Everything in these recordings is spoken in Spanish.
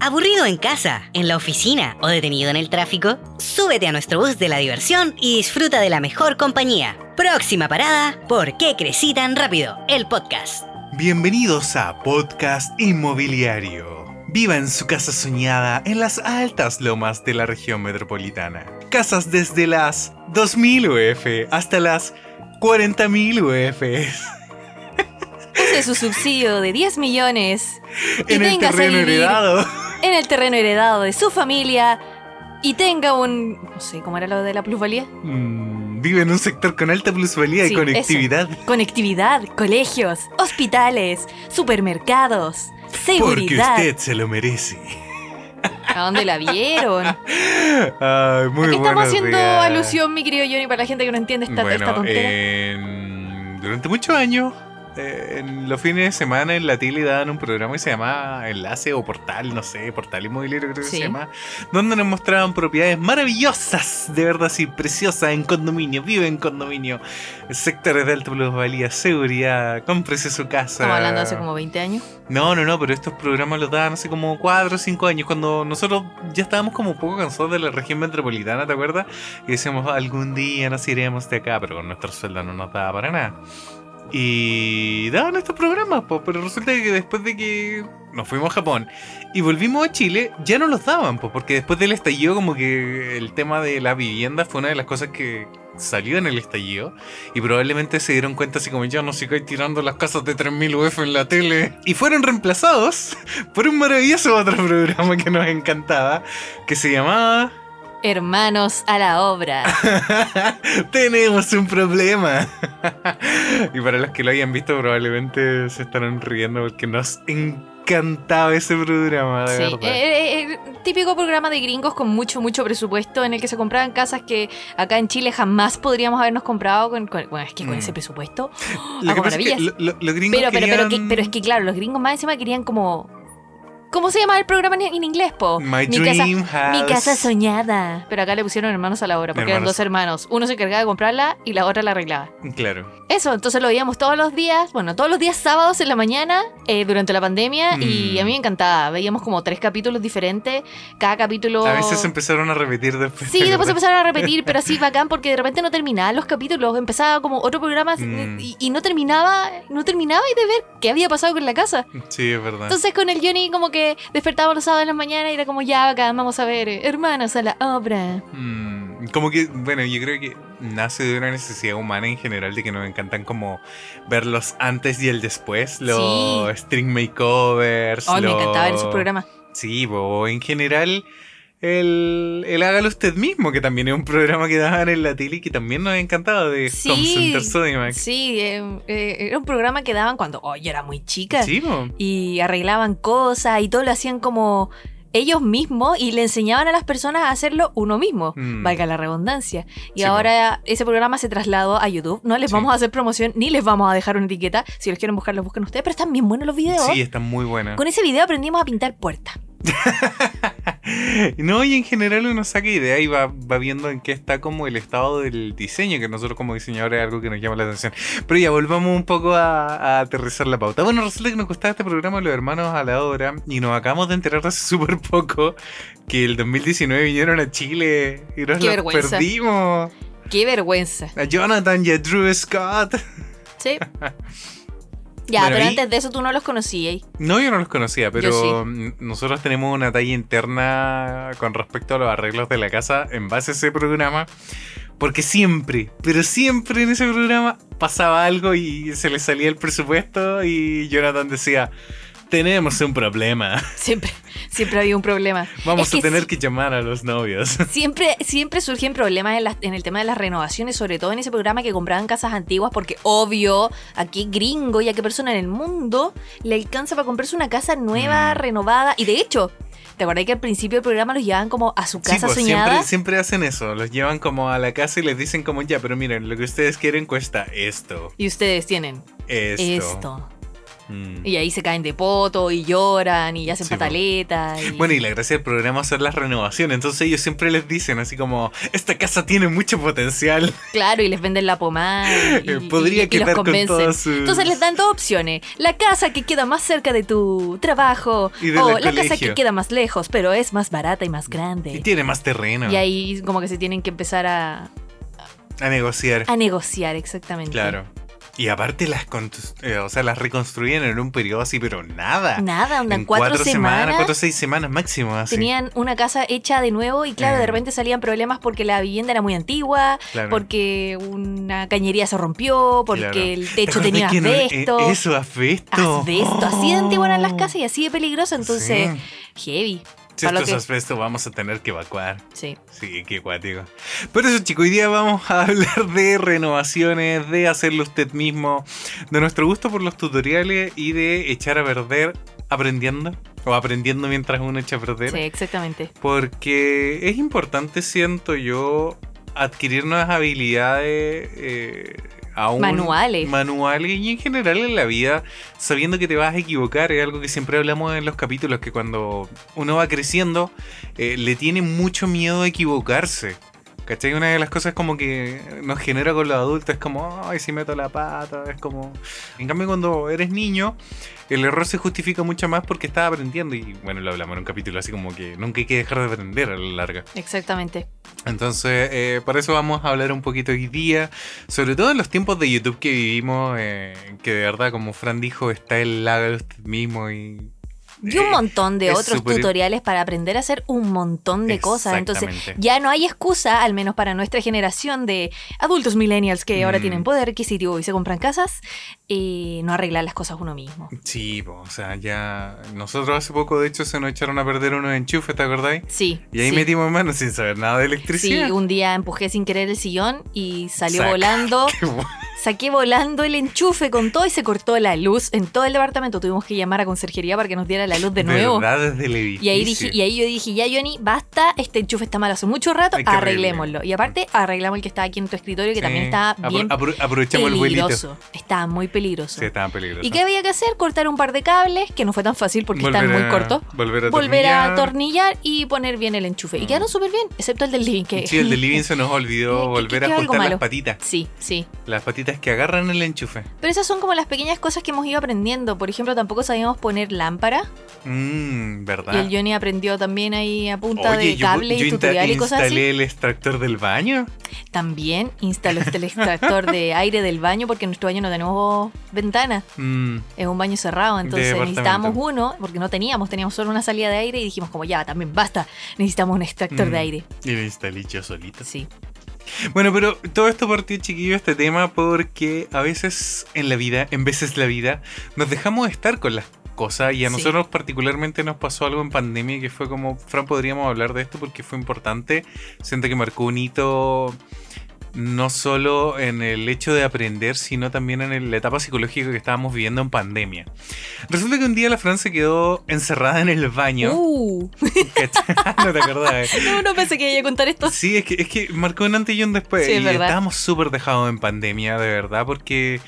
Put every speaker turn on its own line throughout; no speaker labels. ¿Aburrido en casa, en la oficina o detenido en el tráfico? Súbete a nuestro bus de la diversión y disfruta de la mejor compañía. Próxima parada, ¿por qué crecí tan rápido? El podcast.
Bienvenidos a Podcast Inmobiliario. Viva en su casa soñada en las altas lomas de la región metropolitana. Casas desde las 2000 UF hasta las 40.000 UF.
Use su subsidio de 10 millones y
En el
véngase a
terreno
vivir
heredado.
en el terreno heredado de su familia y tenga un. No sé cómo era lo de la plusvalía.
Mm, vive en un sector con alta plusvalía y
Sí,
conectividad.
Conectividad, colegios, hospitales, supermercados,
Porque
seguridad.
usted se lo merece.
¿A dónde la vieron?
Ay, muy
Aquí estamos
buenos
haciendo
días.
alusión, mi querido Johnny, para la gente que no entiende esta,
bueno, eh,
esta tontera.
en- durante muchos años, eh, en los fines de semana en la tele daban un programa que se llamaba Enlace o Portal, no sé, Portal Inmobiliario creo que
Sí.
se llama, donde nos mostraban propiedades maravillosas, de verdad, sí, preciosas, en condominio, vive en condominio, sectores de alta plusvalía, seguridad, cómprese su casa.
Estamos hablando hace como 20 años.
No, no, no, pero estos programas los daban hace como 4 o 5 años, cuando nosotros ya estábamos como un poco cansados de la región metropolitana, ¿te acuerdas? Y decíamos, algún día nos iremos de acá, pero con nuestra sueldo no nos daba para nada. Y daban estos programas, po, pero resulta que después de que nos fuimos a Japón y volvimos a Chile, ya no los daban, po, porque después del estallido como que el tema de la vivienda fue una de las cosas que salió en el estallido y probablemente se dieron cuenta así como ya no sigáis tirando las casas de 3000 UF en la tele y fueron reemplazados por un maravilloso otro programa que nos encantaba que se llamaba
Hermanos a la obra.
Tenemos un problema. y para los que lo hayan visto, probablemente se estarán riendo porque nos encantaba ese programa, de
Sí,
verdad.
eh, eh, eh, típico programa de gringos con mucho, mucho presupuesto en el que se compraban casas que acá en Chile jamás podríamos habernos comprado con, con- bueno, es que con
Mm.
ese presupuesto.
Lo
hago
que pasa es que
maravillas.
lo- lo- los gringos
Pero, pero, pero, que-
querían
pero es que claro, los gringos más encima querían como... ¿Cómo se llama el programa en, en inglés, po?
My
mi, casa,
Dream House.
mi casa soñada. Pero acá le pusieron hermanos a la obra, porque eran
Hermanos.
dos hermanos. Uno se encargaba de comprarla y la otra la arreglaba.
Claro.
Eso, entonces lo veíamos todos los días, bueno, todos los días sábados en la mañana eh, durante la pandemia y
Mm.
a mí me encantaba. Veíamos como tres capítulos diferentes, cada capítulo...
A veces empezaron a repetir después.
Sí,
¿te
después
acordás?
empezaron a repetir, pero así bacán porque de repente no terminaban los capítulos, empezaba como otro programa
Mm.
y, y no terminaba, no terminaba y de ver qué había pasado con la casa.
Sí, es verdad.
Entonces con el Johnny como que despertábamos los sábados en la mañana y era como ya bacán, vamos a ver, eh, hermanos a la obra.
Mm, Como que, bueno, yo creo que nace de una necesidad humana en general de que nos encantan como ver los antes y el después, los string makeovers.
Ay, Oh, me
los-
encantaba ver esos programas.
Sí, bo, en general, el, el Hágalo Usted Mismo, que también es un programa que daban en la tele y que también nos encantaba de
Sí.
Tom Center Sodimac.
Sí, eh, eh, era un programa que daban cuando oh, yo era muy chica.
Sí, bo.
y arreglaban cosas y todo lo hacían como ellos mismos y le enseñaban a las personas a hacerlo uno mismo.
Mm.
Valga la redundancia. Y
Sí,
ahora ese programa se trasladó a YouTube. No les
Sí.
vamos a hacer promoción ni les vamos a dejar una etiqueta. Si los quieren buscar, los busquen ustedes. Pero están bien buenos los videos.
Sí, está muy buena.
Con ese video aprendimos a pintar puertas.
No, y en general uno saca idea y va, va viendo en qué está como el estado del diseño, que nosotros como diseñadores es algo que nos llama la atención. Pero ya volvamos un poco a, a aterrizar la pauta. Bueno, resulta que nos gustaba este programa Los Hermanos a la Obra y nos acabamos de enterar hace súper poco que el 2019 vinieron a Chile y nos
Qué
los
vergüenza.
perdimos.
Qué vergüenza.
A Jonathan y a Drew Scott.
Sí. Ya,
Bueno,
pero
y-
antes de eso tú no los conocías.
No, yo no los conocía, pero
sí.
mm, nosotros tenemos una talla interna con respecto a los arreglos de la casa en base a ese programa. Porque siempre, pero siempre en ese programa pasaba algo y se le salía el presupuesto y Jonathan decía, tenemos un problema,
Siempre, siempre había un problema.
vamos
Es que
a tener
sí.
que llamar a los novios.
Siempre, siempre surgen problemas en, las- en el tema de las renovaciones, sobre todo en ese programa que compraban casas antiguas, porque obvio, a qué gringo y a qué persona en el mundo le alcanza para comprarse una casa nueva,
Mm.
renovada. Y de hecho, ¿te acordás que al principio del programa los llevaban como a su
Sí,
casa
pues,
soñada?
siempre, siempre hacen eso, los llevan como a la casa y les dicen como, ya, pero miren, lo que ustedes quieren cuesta esto,
Y ustedes tienen
esto.
esto.
Mm.
Y ahí se caen de poto y lloran y hacen
Sí, po.
pataletas. y-
Bueno, y la gracia del programa son las renovaciones. Entonces ellos siempre les dicen así como, esta casa tiene mucho potencial.
Claro, y les venden la pomada. y-
Eh,
y-
podría
y- y los
quedar con
convencen.
todas sus...
Entonces les dan dos opciones. La casa que queda más cerca de tu trabajo
Y del
o la
colegio.
casa que queda más lejos, pero es más barata y más
Y
grande.
tiene más terreno
Y ahí como que se tienen que empezar a,
a negociar.
a negociar exactamente.
Claro. Y aparte las constru- eh, o sea, las reconstruyen en un periodo así, pero nada.
Nada, andan
en
cuatro, semanas.
cuatro o seis semanas máximo así.
Tenían una casa hecha de nuevo y claro,
Eh.
de repente salían problemas porque la vivienda era muy antigua,
Claro.
porque una cañería se rompió, porque
Claro.
el
¿Te
techo
acordás
tenía
que no- eh,
asbesto.
eso, asbesto.
Asbesto, así de antiguas eran las
Oh.
casas y así de peligroso, entonces
Sí.
heavy.
Si
para lo
esto es
que-
asbesto, vamos a tener que evacuar.
Sí.
Sí, qué cuático. Por eso, chicos, hoy día vamos a hablar de renovaciones, de hacerlo usted mismo, de nuestro gusto por los tutoriales y de echar a perder aprendiendo o aprendiendo mientras uno echa a perder.
Sí, exactamente.
Porque es importante, siento yo, adquirir nuevas habilidades eh, aún-
Manuales.
Manuales y en general en la vida, sabiendo que te vas a equivocar, es algo que siempre hablamos en los capítulos, que cuando uno va creciendo, eh, le tiene mucho miedo a equivocarse. ¿Cachai? Una de las cosas como que nos genera con los adultos es como, ay, si meto la pata, es como... En cambio, cuando eres niño, el error se justifica mucho más porque estás aprendiendo y bueno, lo hablamos en un capítulo así como que nunca hay que dejar de aprender a la larga.
Exactamente.
Entonces, eh, para eso vamos a hablar un poquito hoy día, sobre todo en los tiempos de YouTube que vivimos, eh, que de verdad, como Fran dijo, está el lago de usted mismo y...
Y un
Eh,
montón de
es
otros
súper-
tutoriales para aprender a hacer un montón de cosas. Entonces,
Exactamente.
ya no hay excusa, al menos para nuestra generación de adultos millennials que ahora
Mm.
tienen poder adquisitivo y se compran casas, eh, no arreglar las cosas uno mismo.
Sí, po, o sea, ya... Nosotros hace poco, de hecho, se nos echaron a perder unos enchufes, ¿te acordáis?
Sí.
Y ahí
sí.
metimos manos sin saber nada de
Sí,
electricidad.
un día empujé sin querer el sillón y salió
Saca.
volando.
Qué bueno.
Saqué volando el enchufe con todo y se cortó la luz en todo el departamento. Tuvimos que llamar a conserjería para que nos diera la luz de nuevo.
¿Verdad? Desde el
Y ahí,
edificio.
dije, y ahí yo dije, ya Johnny, basta, este enchufe está malo hace mucho rato,
Hay que
arreglémoslo.
arreglarlo.
Y aparte, arreglamos el que estaba aquí en tu escritorio, que también
Sí.
estaba
Apro-
bien
apro- aprovechamos el vuelito.
peligroso. Estaba muy peligroso.
Sí, estaban peligrosos.
¿Y qué había que hacer? Cortar un par de cables, que no fue tan fácil porque están muy cortos.
Volver a
Volver a
atornillar.
atornillar y poner bien el enchufe. Y
Mm.
quedaron súper bien, excepto el del living. Que...
Sí, el de living se nos
Que-
olvidó
que-
volver
que
a
algo
juntar las
malo.
patitas.
Sí, sí.
Las patitas que agarran el enchufe.
Pero esas son como las pequeñas cosas que hemos ido aprendiendo. Por ejemplo, tampoco sabíamos poner lámpara.
Mmm,
Y
¿verdad?
el Johnny aprendió también ahí a punta
Oye,
de
yo,
cable
yo
y
insta-
tutorial y cosas así.
instalé el extractor del baño.
También instaló este el extractor de aire del baño porque en nuestro baño no tenemos ventana,
Mm,
es un baño cerrado, entonces
departamento.
necesitábamos uno porque no teníamos, teníamos solo una salida de aire y dijimos como ya, también basta, necesitamos un extractor
Mm.
de aire.
y lo instalé yo solito.
Sí,
Bueno, pero todo esto partió, chiquillo, este tema, porque a veces en la vida, en veces la vida, nos dejamos estar con las cosas y a
Sí.
nosotros particularmente nos pasó algo en pandemia que fue como, Fran, podríamos hablar de esto porque fue importante, siento que marcó un hito no solo en el hecho de aprender, sino también en el- la etapa psicológica que estábamos viviendo en pandemia. Resulta que un día la Fran se quedó encerrada en el baño.
Uh,
¿cachai? no te acordás. eh.
no, no pensé que iba a contar esto.
Sí, es que, es que marcó un antes y un después.
Sí, es
y
verdad.
estábamos súper dejados en pandemia, de verdad, porque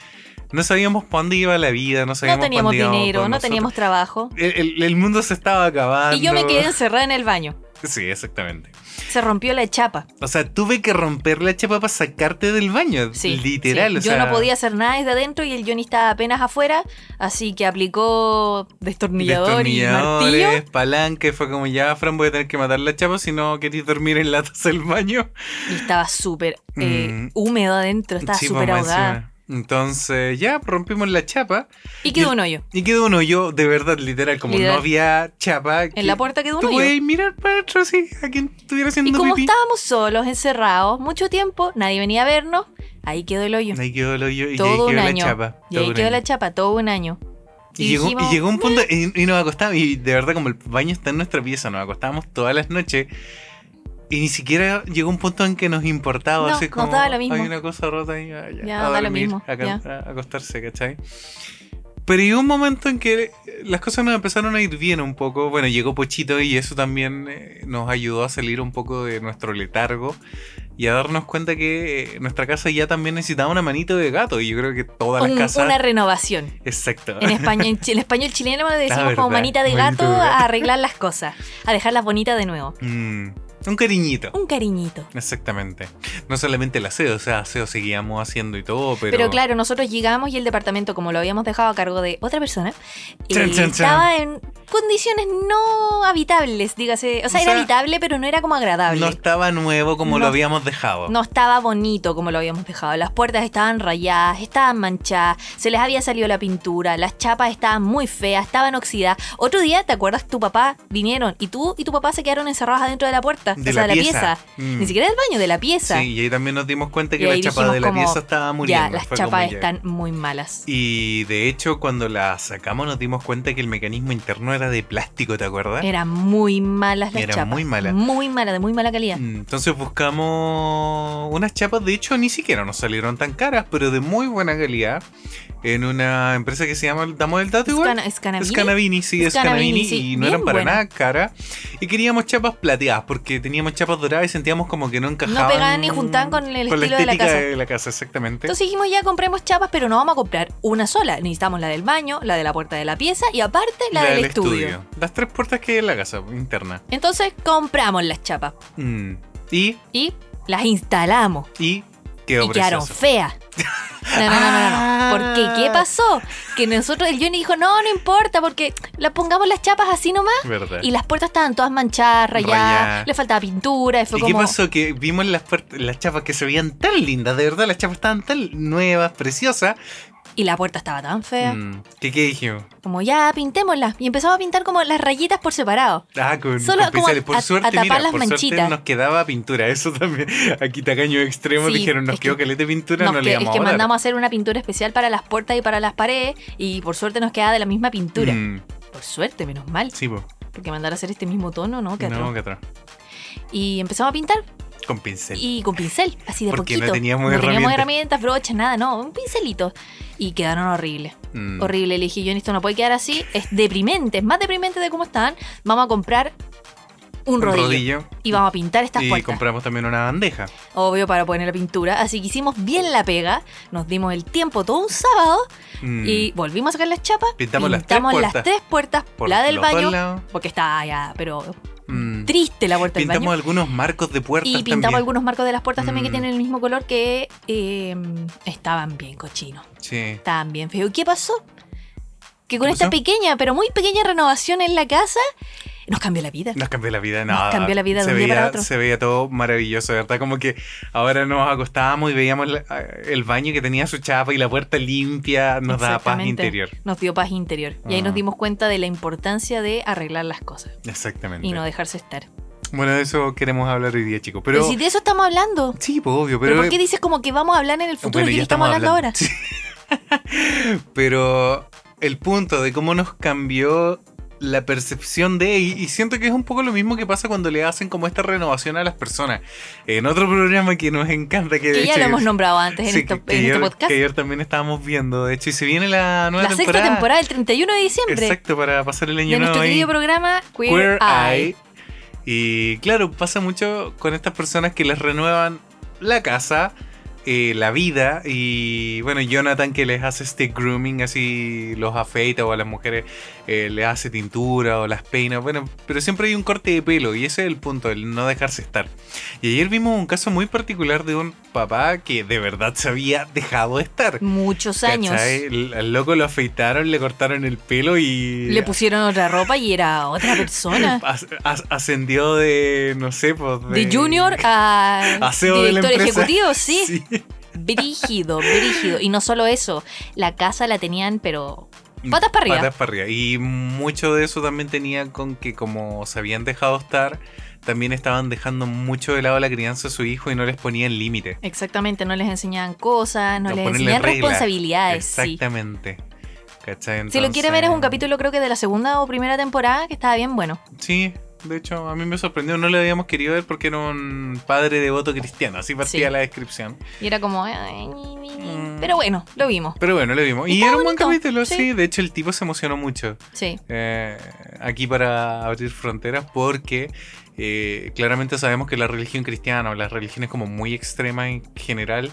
no sabíamos para dónde iba la vida, no
No
sabíamos pa'
teníamos
dónde íbamos
dinero,
con
no
nosotros.
teníamos trabajo
El, el- el mundo se estaba acabando.
y yo me quedé encerrada en el baño.
Sí, exactamente.
Se rompió la chapa.
O sea, tuve que romper la chapa para sacarte del baño.
Sí,
literal.
sí.
o
Yo
sea,
no podía hacer nada desde adentro y el Johnny estaba apenas afuera, así que aplicó destornillador y martillo.
destornilladores, palanca, y fue como ya, Fran, voy a tener que matar la chapa si no querís dormir en la taza del baño.
Y estaba súper eh,
Mm.
húmedo adentro, estaba
Sí,
súper
pues, más
ahogada.
encima. Entonces, ya pues, rompimos la chapa.
Y
Y-
quedó un hoyo.
Y quedó uno yo, de verdad, literal, como
Literal.
no había chapa. que
En la puerta quedó un
Tú
hoyo.
podías mirar para adentro así, a quien estuviera
Y
haciendo
como
pipí.
estábamos solos, encerrados, mucho tiempo, nadie venía a vernos, ahí quedó el hoyo.
Ahí quedó el hoyo y
Todo
ahí
un
quedó
año.
la chapa.
Y
todo
ahí
un
quedó
año.
la chapa todo un año.
y,
y
llegó,
dijimos,
y llegó un punto y, y nos acostábamos, y de verdad como el baño está en nuestra pieza, nos acostábamos todas las noches. Y ni siquiera llegó un punto en que nos importaba.
No,
así
nos
como,
daba lo mismo.
Hay una cosa rota ahí, ah, ya,
Ya,
a
da lo
dormir,
mismo,
a
ya.
can- a acostarse, ¿cachai? Pero llegó un momento en que eh, las cosas nos empezaron a ir bien un poco. Bueno, llegó Pochito y eso también eh, nos ayudó a salir un poco de nuestro letargo. y a darnos cuenta que eh, nuestra casa ya también necesitaba una manito de gato. Y yo creo que todas las
Un-
casas.
Una renovación.
Exacto.
En español, en, chi- en español chileno le decimos como
verdad,
manita de
manito
gato
de gato.
a arreglar las cosas, a dejarlas bonitas de nuevo.
Mm, un cariñito.
Un cariñito.
Exactamente. No solamente el aseo, o sea, aseo seguíamos haciendo y todo, pero.
Pero, claro, nosotros llegamos y el departamento, como lo habíamos dejado a cargo de otra persona, eh,
Chan, chan, chan.
estaba en condiciones no habitables, dígase. O sea,
O
era
sea,
habitable, pero no era como agradable.
No estaba nuevo como
No-
lo habíamos dejado.
No estaba bonito como lo habíamos dejado. Las puertas estaban rayadas, estaban manchadas, se les había salido la pintura, las chapas estaban muy feas, estaban oxidadas. Otro día, ¿te acuerdas? Tu papá vinieron y tú y tu papá se quedaron encerrados adentro de la puerta,
De
o
la
sea, de la
pieza.
pieza.
Mm.
Ni siquiera del baño, de la pieza.
Sí, y ahí también nos dimos cuenta que
Y
la
ahí
chapa de
dijimos
la
como,
pieza estaba muriendo.
ya, las
Fue
chapas
como ya.
están muy malas.
Y de hecho, cuando la sacamos, nos dimos cuenta que el mecanismo interno era de plástico, ¿te acuerdas?
Eran muy malas las
Eran
chapas.
¿Eh? muy malas.
Muy malas, de muy mala calidad.
Mm, Entonces buscamos unas chapas, de hecho ni siquiera nos salieron tan caras, pero de muy buena calidad, en una empresa que se llama, damos el dato igual,
Escana- escanabini.
Scanavini, sí, Scanavini,
Scanavini, sí,
y no
bien
eran para
buena.
nada caras. Y queríamos chapas plateadas, porque teníamos chapas doradas y sentíamos como que no encajaban.
No pegaban ni juntaban con el
con la
estilo de la
estética
casa.
de la casa, exactamente.
Entonces dijimos, ya compremos chapas, pero no vamos a comprar una sola. Necesitamos la del baño, la de la puerta de la pieza y aparte la, del, estudio.
Las tres puertas que hay en la casa interna.
Entonces compramos las chapas
Mm. Y,
y las instalamos.
y quedó
y quedaron
precioso. Ah.
feas. No, no, no, no, no. ¿Por qué? ¿Qué pasó? Que nosotros, el Johnny dijo, no, no importa, porque la pongamos las chapas así nomás.
¿Verdad?
Y las puertas estaban todas manchadas, rayadas,
Rayadas.
le faltaba pintura. Y fue
¿Y
como,
qué pasó? Que vimos las, puert- las chapas que se veían tan lindas, de verdad, las chapas estaban tan nuevas, preciosas.
Y la puerta estaba tan fea.
Mm, ¿Qué, qué dijimos?
Como ya pintémosla. Y empezamos a pintar como las rayitas por separado.
Ah, con,
Solo
con
como
pinceles. Por
a- a
suerte,
tapar
mira,
las
por suerte
manchitas.
nos quedaba pintura. Eso también. Aquí tacaño extremo
Sí,
dijeron, nos
es
quedó
que-
caleta de pintura, no
Nos
le
que-
íbamos
es que
a dar.
mandamos a hacer una pintura especial para las puertas y para las paredes. Y por suerte nos queda de la misma pintura.
Mm,
Por suerte, menos mal.
sí, po.
Porque mandar a hacer este mismo tono, ¿no? Qué
No,
atroz.
que atrás.
Y empezamos a pintar.
Con pincel.
Y con pincel, así de
Eh. Porque no
poquito.
teníamos herramientas.
herramientas, brochas, nada, no. Un pincelito. Y quedaron horribles.
Mm.
Horrible. Le dije, yo esto no puede quedar así. Es deprimente. Es más deprimente de cómo están. Vamos a comprar un rodillo. Y vamos a pintar estas
Y
puertas.
compramos también una bandeja.
obvio, para poner la pintura. Así que hicimos bien la pega, nos dimos el tiempo todo un sábado
Mm.
y volvimos a sacar las chapas.
Pintamos las
pintamos
tres
las
puertas.
tres puertas,
Por
la del
los dos
baño,
lados.
porque estaba ya, pero
Mm.
triste la puerta
Pintamos
del baño.
algunos marcos de puertas
Y pintamos
también.
algunos marcos de las puertas también que
Mm.
tienen el mismo color que eh, estaban bien cochinos,
Sí.
estaban bien feos. ¿Qué pasó? Que con
¿Qué
esta
pasó?
pequeña, pero muy pequeña renovación en la casa, nos cambió la vida.
Nos cambió la vida,
Nos
nada.
cambió la vida de
se
un día
veía,
para otro.
Se veía todo maravilloso, de ¿verdad? Como que ahora nos acostábamos y veíamos la- el baño que tenía su chapa y la puerta limpia, nos daba paz
Exactamente.
interior.
Nos dio paz interior. Y ahí
Ah.
nos dimos cuenta de la importancia de arreglar las cosas.
Exactamente.
y no dejarse estar.
Bueno, de eso queremos hablar hoy día, chicos.
Pero,
Pero.
si de eso estamos hablando.
Sí, pues obvio,
¿Pero
pero.
por qué dices como que vamos a hablar en el futuro
Bueno,
y que
ya
estamos hablando, ahora?
Sí. pero el punto de cómo nos cambió la percepción de. Y, y siento que es un poco lo mismo que pasa cuando le hacen como esta renovación a las personas. En otro programa que nos encanta, que de
Que ya
hecho-
lo hemos nombrado antes
Sí,
en, esto-
que
en este
ayer-
podcast.
que ayer también estábamos viendo. De hecho, y se viene la nueva
La sexta temporada del 31 de diciembre
Exacto, para pasar el año
de nuestro
nuevo. ahí.
querido programa Queer,
Queer
Eye.
Eye. Y claro, pasa mucho con estas personas que les renuevan la casa, eh, la vida. Y bueno, Jonathan que les hace este grooming, así los afeita o a las mujeres eh, les hace tintura o las peina. Bueno, pero siempre hay un corte de pelo y ese es el punto, el no dejarse estar. Y ayer vimos un caso muy particular de un papá que de verdad se había dejado estar.
Muchos años.
¿Cachai? El- Al loco lo afeitaron, le cortaron el pelo y
Le pusieron otra ropa y era otra persona.
As- as- ascendió de, no sé, pues
Ah. De junior a
a CEO de la
director
empresa.
ejecutivo, sí.
Sí.
Brígido, brígido. Y no solo eso, la casa la tenían, pero Patas para arriba.
Patas para arriba. Y mucho de eso también tenía con que como se habían dejado estar, también estaban dejando mucho de lado la crianza de su hijo y no les ponían límite.
exactamente no les enseñaban cosas, no,
No,
les
ponerle
enseñaban
reglas.
responsabilidades. Sí.
Exactamente. ¿Cachai?
Si lo quiere
Entonces-
ver es un capítulo creo que de la segunda o primera temporada que estaba bien bueno.
Sí, De hecho, a mí me sorprendió, no lo habíamos querido ver porque era un padre devoto cristiano, así partía
Sí.
la descripción.
Y era como. "Ay, mi, mi".
Mm.
Pero bueno, lo vimos.
Pero bueno, lo vimos.
Y
Y,
estaba
era un buen
bonito,
capítulo,
sí.
sí. De hecho, el tipo se emocionó mucho
Sí.
eh, aquí para abrir fronteras porque eh, claramente sabemos que la religión cristiana o las religiones como muy extremas en general...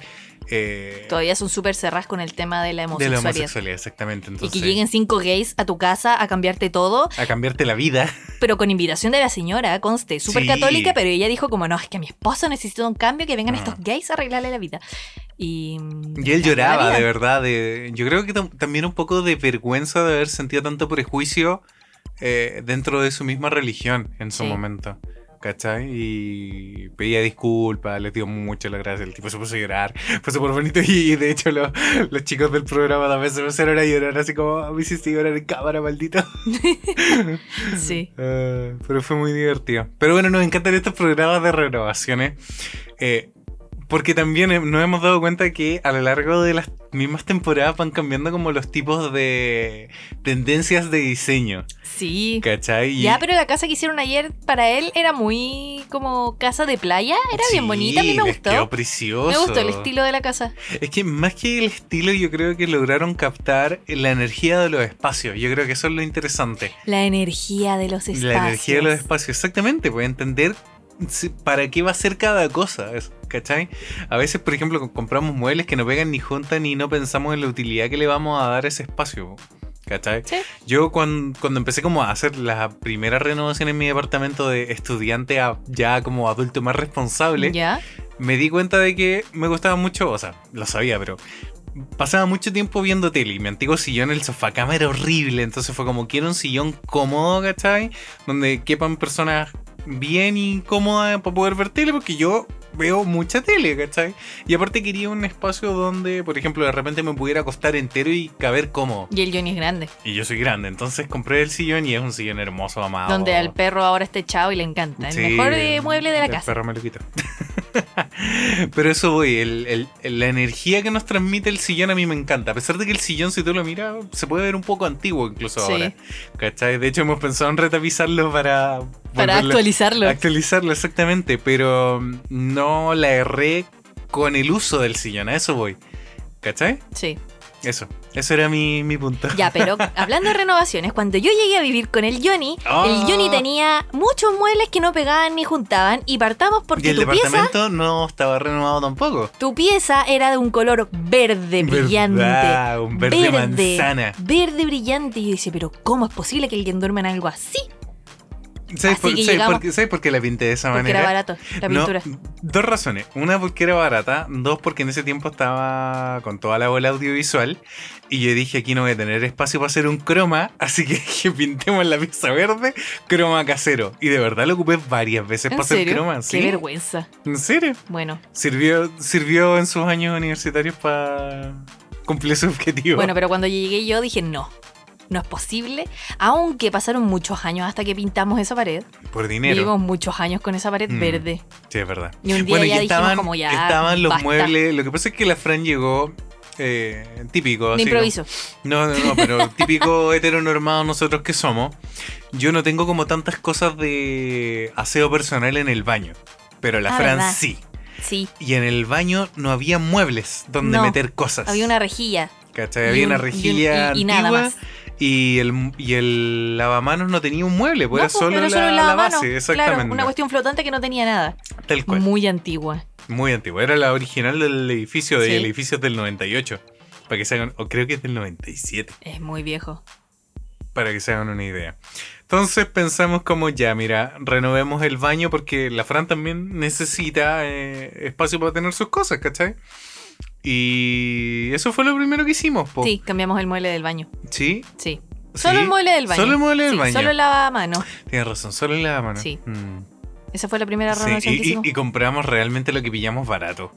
eh,
Todavía son súper cerradas con el tema de la
de la
homosexualidad.
homosexualidad, exactamente.
y
Entonces,
que lleguen cinco gays a tu casa a cambiarte todo,
a cambiarte la vida.
pero con invitación de la señora, conste, súper
Sí.
católica, pero ella dijo como, no, es que mi esposo necesita un cambio, que vengan
Ah.
estos gays a arreglarle la vida. Y, mm,
Y él
la
lloraba,
vida.
de verdad. de- yo creo que tam- también un poco de vergüenza de haber sentido tanto prejuicio eh, dentro de su misma religión en su
Sí.
momento. ¿Cachai? Y pedía disculpas, les dio mucho la gracia. El tipo se puso a llorar, fue súper bonito. Y de hecho, lo- los chicos del programa también se pusieron a llorar, así como "Ah, me hiciste llorar en cámara, maldito.
Sí.
Ah, pero fue muy divertido. Pero bueno, nos encantan estos programas de renovaciones. eh, porque también eh, nos hemos dado cuenta que a lo largo de las mismas temporadas van cambiando como los tipos de tendencias de diseño.
Sí.
¿Cachai? Y-
Ya, pero la casa que hicieron ayer para él era muy como casa de playa, era bien
Sí,
bonita, a mí me
les Quedó
gustó.
precioso.
Me gustó el estilo de la casa.
Es que más que el estilo, yo creo que lograron captar la energía de los espacios. Yo creo que eso es lo interesante.
La energía de los espacios.
La energía de los espacios, exactamente, pues entender si- para qué va a ser cada cosa, es- ¿cachai? A veces, por ejemplo, co- compramos muebles que no pegan ni juntan y no pensamos en la utilidad que le vamos a dar a ese espacio, ¿cachai?
Sí.
Yo cuando, cuando empecé como a hacer la primera renovación en mi departamento de estudiante a ya como adulto más responsable,
Ya,
me di cuenta de que me gustaba mucho, o sea, lo sabía, pero pasaba mucho tiempo viendo tele y mi antiguo sillón, el sofá cama era horrible, entonces fue como quiero un sillón cómodo, ¿cachai? Donde quepan personas bien y cómodas para poder ver tele, porque yo veo mucha tele, ¿cachai? Y aparte quería un espacio donde, por ejemplo, de repente me pudiera acostar entero y caber cómodo.
y el Johnny es grande,
Y yo soy grande, entonces compré el sillón y es un sillón hermoso, amado.
donde al perro ahora está echado y le encanta. El
Ah, oh. Sí,
mejor eh, mueble de la
el
casa.
perro me lo quitó. Pero eso voy, el- el- el- la energía que nos transmite el sillón a mí me encanta. A pesar de que el sillón, si tú lo miras, se puede ver un poco antiguo incluso
Sí.
ahora. ¿Cachai? De hecho, hemos pensado en retapizarlo para...
Para
volverlo-
actualizarlo.
Actualizarlo, exactamente. Pero mm, no la erré con el uso del sillón, a eso voy. ¿Cachai?
Sí.
Eso, eso era mi, mi punto.
Ya, pero hablando de renovaciones, cuando yo llegué a vivir con el Johnny, el
Ah.
Johnny tenía muchos muebles que no pegaban ni juntaban y partamos
y
porque
el
tu pieza,
departamento no estaba renovado tampoco.
tu pieza era de un color verde brillante.
¿Verdad? Un verde manzana.
Verde brillante. Y yo decía, pero ¿cómo es posible que alguien duerma en algo así?
¿Sabes
Así
por,
que
sabes
llegamos-
por qué- sabes por qué la pinté de esa
Porque
manera?
era barato la
No,
pintura.
dos razones. Una porque era barata, dos porque en ese tiempo estaba con toda la bola audiovisual y yo dije aquí no voy a tener espacio para hacer un croma, así que dije pintemos la pieza verde, croma casero. Y de verdad lo ocupé varias veces
¿En
para hacer
serio?
croma,
Qué
¿sí?
vergüenza.
¿En serio?
Bueno,
Sirvió, sirvió en sus años universitarios para cumplir su objetivo.
Bueno, pero cuando llegué yo dije no. No es posible, aunque pasaron muchos años hasta que pintamos esa pared.
por dinero.
Vivimos muchos años con esa pared
Mm.
verde.
Sí, es verdad.
Y un día
bueno,
ya
y
dijimos
estaban,
como ya,
estaban los
basta.
muebles. Lo que pasa es que la Fran llegó eh, típico.
de
así como-
improviso.
No, no, no, pero típico heteronormado nosotros que somos. Yo no tengo como tantas cosas de aseo personal en el baño. Pero la
Ah,
Fran
verdad.
sí.
Sí.
Y en el baño no había muebles donde
No,
meter cosas.
Había una rejilla.
¿Cachai?
y
Había
un-
una
y un-
rejilla
Y, y nada
antigua
más.
y el, y el lavamanos no tenía un mueble, pues
No,
era
pues,
solo,
era
la,
el
la
lavamano,
base,
Claro,
exactamente.
una cuestión flotante que no tenía nada.
Tal cual.
Muy antigua.
Muy antigua. Era la original del edificio, de,
Sí.
el edificio es del 98. Para que se hagan, o creo que es del 97,
Es muy viejo.
para que se hagan una idea. Entonces pensamos como ya, mira, renovemos el baño porque la Fran también necesita eh, espacio para tener sus cosas, ¿cachai? Y eso fue lo primero que hicimos, po.
Sí, cambiamos el mueble del baño.
¿Sí?
Sí.
sí.
Solo el mueble del baño.
Solo el mueble del
Sí,
baño.
Solo la mano.
Tienes razón, solo en la mano.
Sí.
Mm.
Esa fue la primera
Sí,
renovación que
y- y-
hicimos.
y compramos realmente lo que pillamos barato.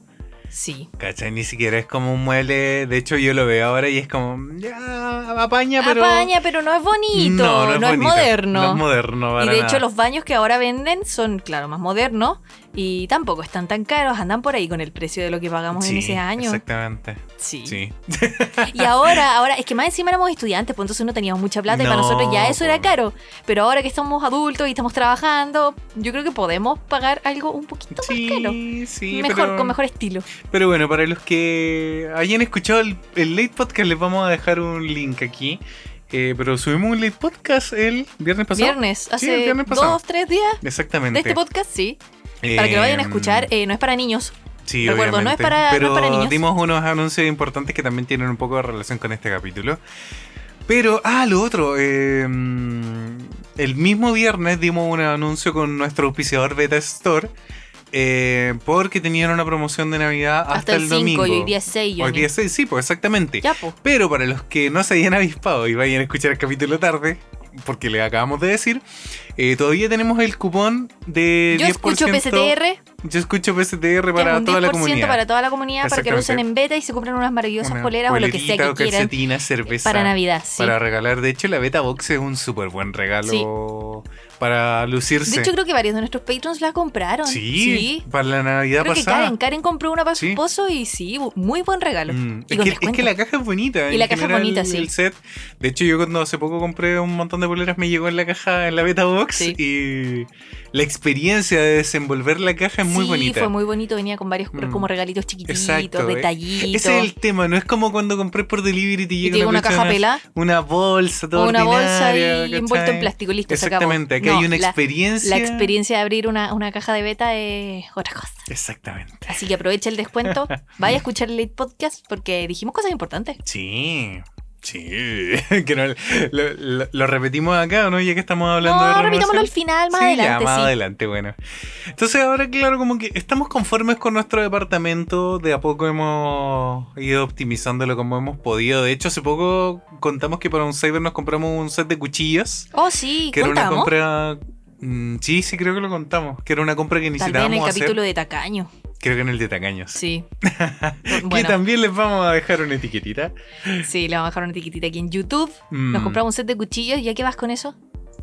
sí.
¿Cachai? Ni siquiera es como un mueble. De hecho, yo lo veo ahora y es como. Ya, apaña, pero.
Apaña, pero no es bonito.
No, no es, bonito.
moderno.
No es moderno,
Y
para
de hecho
nada.
los baños que ahora venden son, claro, más modernos, Y tampoco están tan caros, andan por ahí con el precio de lo que pagamos en
Sí,
ese año.
Exactamente.
Sí.
Sí.
Y ahora, ahora, es que más encima éramos estudiantes, pues entonces no teníamos mucha plata y para
No,
nosotros ya eso era
po.
caro. Pero ahora que estamos adultos y estamos trabajando, yo creo que podemos pagar algo un poquito más caro.
Sí, sí.
mejor,
pero-
con mejor estilo.
Pero bueno, para los que hayan escuchado el, el late podcast, les vamos a dejar un link aquí. Eh, pero subimos un late podcast el viernes pasado.
Viernes, hace
el viernes pasado.
dos, tres días de
Exactamente.
este podcast, sí. Para que lo vayan a
Em,
escuchar, eh, no es para niños.
Sí,
Recuerdo, no es
obviamente.
para- no es
Pero
para niños.
dimos unos anuncios importantes que también tienen un poco de relación con este capítulo. Pero, ah, lo otro. eh, el mismo viernes dimos un anuncio con nuestro auspiciador Beta Store. eh, porque tenían una promoción de Navidad hasta,
Hasta, el 5
domingo.
y hoy día 6.
Hoy día seis, sí, pues exactamente.
Ya, po.
Pero para los que no se hayan avispado y vayan a escuchar el capítulo tarde, porque le acabamos de decir, eh, todavía tenemos el cupón de
Yo escucho
10%.
PSTR,
Yo escucho PSTR
que es
para
un
toda la
10%
comunidad.
para toda la comunidad, para que lo usen
Exactamente.
en beta y se compren unas maravillosas
Una
poleras o lo que sea
polerita
que
o
quieran eh,
calcetinas, cerveza.
para Navidad. Sí.
Para regalar. De hecho, la Beta Box es un súper buen regalo para lucirse.
De hecho, creo que varios de nuestros patrons la compraron.
sí, para la Navidad
Creo que
pasada.
Karen, Karen compró una para su
Sí.
esposo y sí, bu- muy buen regalo.
Mm,
Y
Es,
con
que, es
descuento.
que la caja es bonita.
Y
en
la caja es
general,
bonita, sí.
El set. De hecho, yo cuando hace poco compré un montón de poleras, me llegó en la caja, en la beta box.
Sí.
Y la experiencia de desenvolver la caja es muy
sí,
bonita.
fue muy bonito, venía con varios
Mm.
como regalitos chiquititos,
Exacto, eh.
detallitos.
Ese es el tema, no es como cuando compré por delivery y te
y
llega
tiene una
cuestión,
caja pelada
Una bolsa, todo
o una bolsa y
ordinaria,
envuelto en
¿cachai?
plástico, listo, se acabó.
Exactamente, aquí
No,
hay una
la-
experiencia.
La experiencia de abrir una, una caja de beta es otra cosa.
Exactamente.
Así que aprovecha el descuento, vaya a escuchar el late podcast porque dijimos cosas importantes.
Sí. Sí, que no- lo, lo- lo repetimos acá, ¿o ¿no? Ya que estamos hablando de
no,
renovación.
repitámoslo al final, más
Sí,
adelante.
ya, más
sí.
adelante, bueno. Entonces ahora, claro, como que estamos conformes con nuestro departamento, de a poco hemos ido optimizándolo como hemos podido. De hecho, hace poco contamos que para un cyber nos compramos un set de cuchillas,
Oh, sí,
que era una
contamos.
compra... mm, sí, sí, creo que lo contamos, que era una compra que
Tal vez en el
necesitábamos hacer.
capítulo de Tacaño.
Creo que en el de Tacaños.
Sí.
Que
bueno,
también les vamos a dejar una etiquetita.
sí, le vamos a dejar una tiquitita aquí en YouTube. Nos
Mm,
compramos un set de cuchillos. ¿Y a qué vas con eso?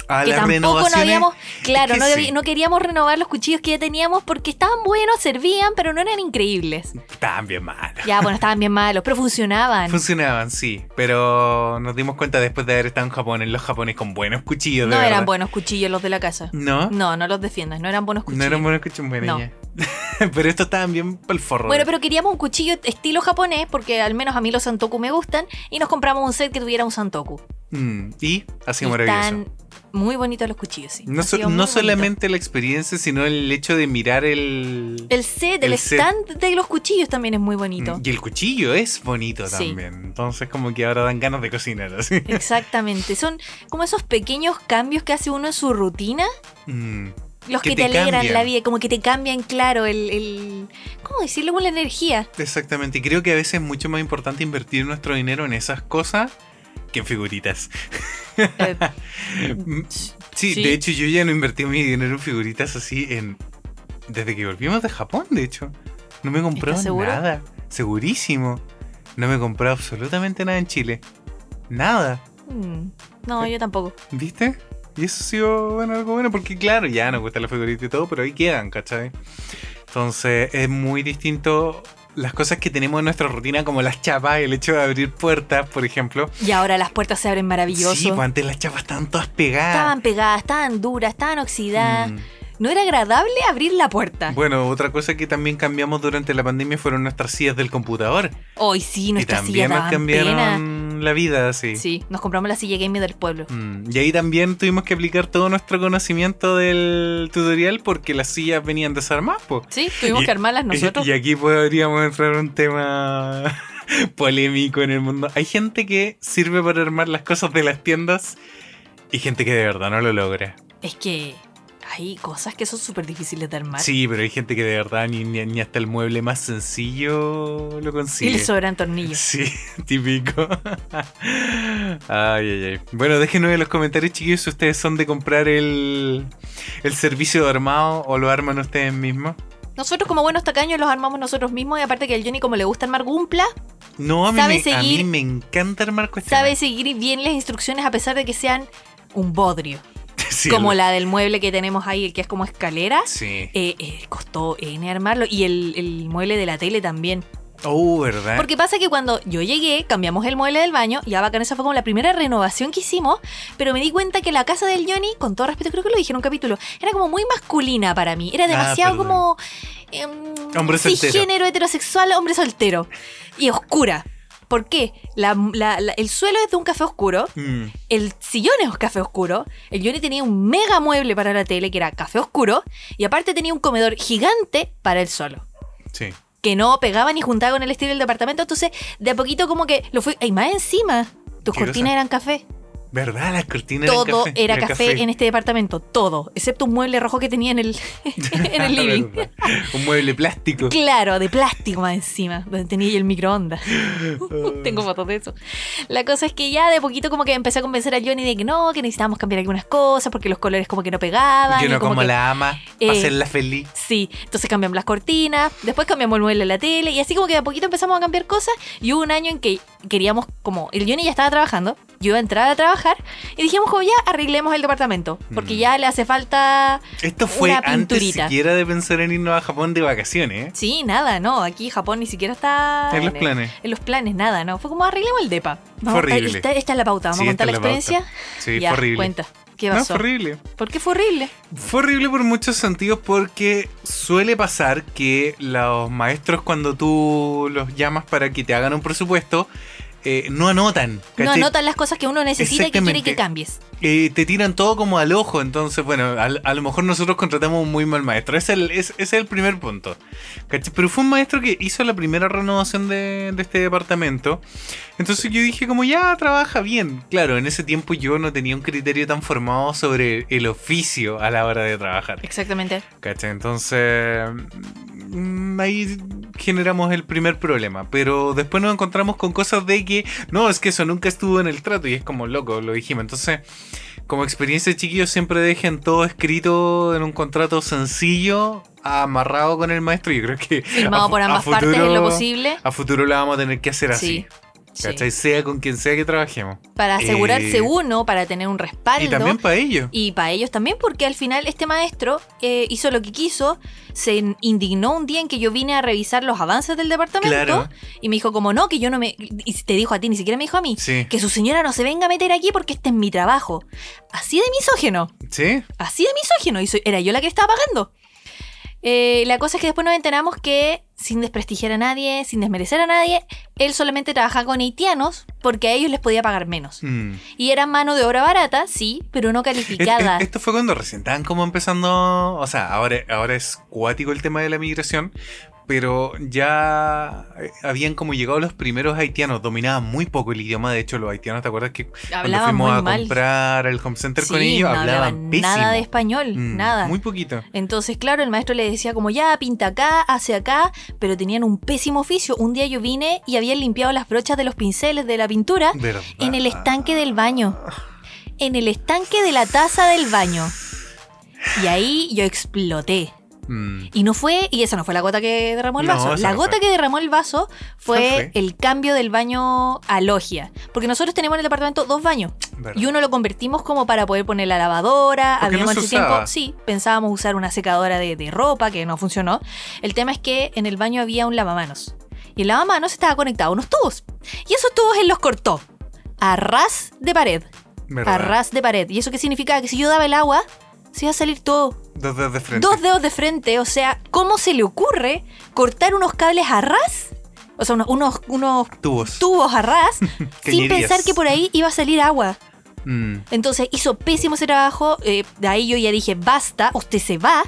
a
que
las
tampoco no
renovaciones.
habíamos. Claro,
que
no, habí-
sí.
no queríamos renovar los cuchillos que ya teníamos porque estaban buenos, servían, pero no eran increíbles.
También mal.
Ya, bueno, estaban bien malos, pero funcionaban.
Funcionaban, sí, pero nos dimos cuenta después de haber estado en Japón, en los japoneses con buenos cuchillos, de
no eran
verdad.
buenos cuchillos los de la casa.
¿No?
No, no los defiendas, no eran buenos
No
cuchillos.
eran buenos cuchillos, buena
No.
niña. pero estos estaban bien pa'l forro.
Bueno, pero queríamos un cuchillo estilo japonés porque al menos a mí los santoku me gustan y nos compramos un set que tuviera un santoku.
Mm, y ha sido
Y
maravilloso.
Están muy bonitos los cuchillos, sí.
No,
Han
so-
sido muy
no
bonitos.
solamente la experiencia, sino el hecho de mirar el...
El set, el,
el set.
stand de los cuchillos también es muy bonito.
Mm, Y el cuchillo es bonito
Sí. Eh.
también. Entonces como que ahora dan ganas de cocinar así.
Exactamente. Son como esos pequeños cambios que hace uno en su rutina,
Mm,
los que,
Que
te,
te
alegran
cambian.
la vida, como que te cambian, claro, el. el- ¿Cómo decirlo? Como la energía.
exactamente. Y creo que a veces es mucho más importante invertir nuestro dinero en esas cosas que en figuritas.
Eh,
Mm, Sí,
Sí.
de hecho yo ya no invertí mi dinero en figuritas así en desde que volvimos de Japón, de hecho. No me compró
¿Estás seguro?
nada, segurísimo. No me compró absolutamente nada en Chile. Nada,
mm, no, yo tampoco.
¿viste? Y eso ha sido bueno, algo bueno porque claro, ya nos gustan las figuritas y todo, pero ahí quedan, ¿cachai? Entonces es muy distinto las cosas que tenemos en nuestra rutina como las chapas, el hecho de abrir puertas, por ejemplo.
Y ahora las puertas se abren maravilloso.
Sí, pues antes las chapas estaban todas pegadas.
Estaban pegadas, estaban duras, estaban oxidadas.
Mm.
No era agradable abrir la puerta.
Bueno, otra cosa que también cambiamos durante la pandemia fueron nuestras sillas del computador.
Hoy sí,
Y
nuestra silla
también nos
daban pena.
cambiaron la vida, así.
Sí, nos compramos la silla gamer del pueblo.
Mm, Y ahí también tuvimos que aplicar todo nuestro conocimiento del tutorial porque las sillas venían desarmadas, pues. po.
Sí, tuvimos
Y-
que armarlas nosotros.
Y, y aquí podríamos entrar a un tema polémico en el mundo. Hay gente que sirve para armar las cosas de las tiendas y gente que de verdad no lo logra.
Es que hay cosas que son súper difíciles de armar.
Sí, pero hay gente que de verdad ni, ni- ni hasta el mueble más sencillo lo
Y
consigue.
le sobran tornillos.
Sí, típico. Ay, ay, ay. Bueno, déjenos en los comentarios, chiquillos, si ustedes son de comprar el, el servicio de armado o lo arman ustedes mismos.
Nosotros como buenos tacaños los armamos nosotros mismos y aparte que al Johnny como le gusta armar gumpla,
No, a mí,
Sabe
me, a
seguir-
mí me encanta armar cuestiones.
sabe seguir bien las instrucciones a pesar de que sean un bodrio.
Sí,
como
el-
la del mueble que tenemos ahí, el que es como escalera.
Sí.
Eh, eh, costó N armarlo y el, el mueble de la tele también.
Oh, ¿verdad?
Porque pasa que cuando yo llegué, cambiamos el mueble del baño, ya bacán, esa fue como la primera renovación que hicimos, pero me di cuenta que la casa del Johnny, con todo respeto, creo que lo dije en un capítulo, era como muy masculina para mí, era
Ah,
demasiado
perdón.
como... em,
Hombre
sí,
soltero.
género heterosexual, hombre soltero. Y oscura. ¿Por qué? La- la- la- el suelo es de un café oscuro,
Mm.
el sillón es café oscuro, el Johnny tenía un mega mueble para la tele que era café oscuro, y aparte tenía un comedor gigante para él solo
Sí.
que no pegaba ni juntaba con el estilo del departamento. Entonces, de a poquito como que lo fui... ¡Ay, más encima! Tus
Qué
cortinas
cosa.
eran café.
¿Verdad? Las cortinas eran
Todo
café.
era café, en este departamento. Todo. Excepto un mueble rojo que tenía en el, en el living.
¿Verdad? Un mueble plástico.
Claro, de plástico más encima. Donde tenía el microondas. Tengo fotos de eso. La cosa es que ya de poquito como que empecé a convencer a Johnny de que no, que necesitábamos cambiar algunas cosas porque los colores como que no pegaban.
Yo
y
no
como
como
que-
la ama,
eh,
para hacerla feliz.
Sí, entonces cambiamos las cortinas, después cambiamos el mueble de la tele y así como que de a poquito empezamos a cambiar cosas y hubo un año en que queríamos como, el Johnny ya estaba trabajando, yo iba a entrar a trabajar y dijimos como ya arreglemos el departamento porque
Mm.
ya le hace falta,
Esto fue
una
antes
pinturita.
siquiera de pensar en irnos a Japón de vacaciones,
sí, nada, no, aquí Japón ni siquiera está
¿eh? En los
el-
planes.
en los planes, nada, no, fue como arreglemos el depa. Vamos,
horrible.
Esta, esta es la pauta, vamos
Sí,
a contar la
esta es la
experiencia.
Sí,
ya,
fue horrible.
cuenta, ¿qué
No,
pasó?
fue horrible.
¿Por qué fue horrible?
Fue horrible por muchos sentidos porque suele pasar que los maestros cuando tú los llamas para que te hagan un presupuesto, eh, no anotan.
No
¿cachai?
anotan las cosas que uno necesita y que quiere que
Exactamente.
cambies.
Eh, te tiran todo como al ojo, entonces, bueno, al- a lo mejor nosotros contratamos un muy mal maestro. Ese es el, es- ese es el primer punto. ¿cachai? Pero fue un maestro que hizo la primera renovación de, de este departamento. Entonces yo dije, como ya trabaja bien. Claro, en ese tiempo yo no tenía un criterio tan formado sobre el oficio a la hora de trabajar.
Exactamente.
¿Cachai? Entonces. mm, Ahí generamos el primer problema. Pero después nos encontramos con cosas de que. No, es que eso nunca estuvo en el trato. Y es como loco, lo dijimos. Entonces, como experiencia, chiquillos, siempre dejen todo escrito en un contrato sencillo, amarrado con el maestro. Yo creo que.
Firmado
a fu-
por
a
ambas partes en
futuro-
lo posible.
A futuro la vamos a tener que hacer así.
Sí. sí.
¿Cachai? Sea con quien sea que trabajemos.
Para asegurarse
Eh,
uno, para tener un respaldo.
Y también para ellos.
Y para ellos también, porque al final este maestro eh, hizo lo que quiso, se indignó un día en que yo vine a revisar los avances del departamento
Claro.
y me dijo como no, que yo no me... Y te dijo a ti, ni siquiera me dijo a mí,
Sí.
que su señora no se venga a meter aquí porque este es mi trabajo. Así de misógeno.
¿Sí?
así de misógino y soy- era yo la que le estaba pagando. Eh, la cosa es que después nos enteramos que, sin desprestigiar a nadie, sin desmerecer a nadie, él solamente trabajaba con haitianos porque a ellos les podía pagar menos.
Mm.
Y era mano de obra barata, sí, pero no
Es-
calificada.
es- E-, Esto fue cuando recién estaban como empezando, o sea, ahora, ahora es cuático el tema de la migración, pero ya eh, habían como llegado los primeros haitianos, dominaban muy poco el idioma, de hecho los haitianos, ¿te acuerdas que cuando
Hablaban
fuimos
muy
a
mal.
comprar al home center con
Sí,
ellos,
no
hablaban pésimo?
nada de español,
Mm,
nada.
Muy poquito.
Entonces, claro, el maestro le decía como ya, pinta acá, hace acá, pero tenían un pésimo oficio. Un día yo vine y habían limpiado las brochas de los pinceles de la pintura
¿verdad?
en el estanque del baño. En el estanque de la taza del baño. Y ahí yo exploté.
Mm,
Y no fue, y esa no fue la gota que derramó el
No,
vaso.
esa
La
no
gota
fue.
que derramó el vaso fue
¿Cuál fue?
el cambio del baño a logia. Porque nosotros tenemos en el departamento dos baños.
¿verdad?
Y uno lo convertimos como para poder poner la lavadora.
Porque
Habíamos
no
ese
se usaba.
tiempo. Sí, pensábamos usar una secadora de, de ropa que no funcionó. El tema es que en el baño había un lavamanos. Y el lavamanos estaba conectado a unos tubos. Y esos tubos él los cortó. A ras de pared.
¿verdad?
A ras de pared. ¿Y eso qué significaba? Que si yo daba el agua, se iba a salir todo.
Dos dedos de frente.
Dos dedos de frente. O sea, ¿cómo se le ocurre cortar unos cables a ras? O sea, unos, unos, unos
Tubos.
tubos a ras sin
Cañerías.
pensar que por ahí iba a salir agua.
Mm,
Entonces hizo pésimo ese trabajo. eh, de ahí yo ya dije, basta, usted se va.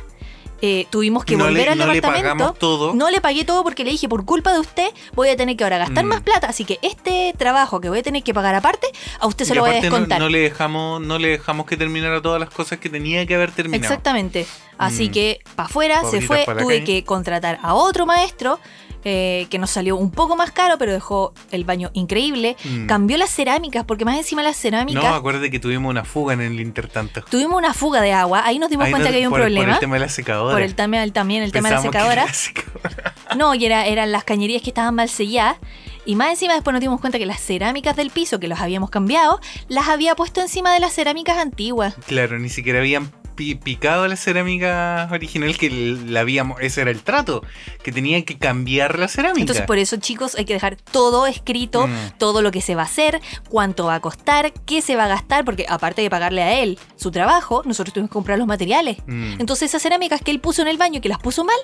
Eh, tuvimos que
no
volver
le,
al
no le
departamento.
pagamos todo.
no le pagué todo porque le dije, por culpa de usted, voy a tener que ahora gastar
Mm.
más plata. Así que este trabajo que voy a tener que pagar aparte, a usted se
y
lo voy a
aparte no-
descontar.
No, le dejamos, no le dejamos que terminara todas las cosas que tenía que haber terminado.
Exactamente. Así
Mm.
que para afuera se
Pobrecitas
fue.
pa' la
Tuve
calle.
que contratar a otro maestro eh, que nos salió un poco más caro, pero dejó el baño increíble.
Mm.
Cambió las cerámicas, porque más encima las cerámicas.
No, acuérdate que tuvimos una fuga en el intertanto.
Tuvimos una fuga de agua, ahí nos dimos
Ahí
cuenta
no-
que había un
por,
problema.
Por el tema de la secadora.
Por el tema, el- también el tema de la
Pensábamos que
secadora.
era la secadora.
No, y era, eran las cañerías que estaban mal selladas. Y más encima después nos dimos cuenta que las cerámicas del piso que los habíamos cambiado, las había puesto encima de las cerámicas antiguas.
Claro, ni siquiera habían pi- picado la cerámica original que la habíamos. Ese era el trato, que tenían que cambiar la cerámica.
Entonces por eso chicos hay que dejar todo escrito,
Mm.
todo lo que se va a hacer, cuánto va a costar, qué se va a gastar, porque aparte de pagarle a él su trabajo, nosotros tuvimos que comprar los materiales.
Mm.
Entonces esas cerámicas que él puso en el baño y que las puso mal,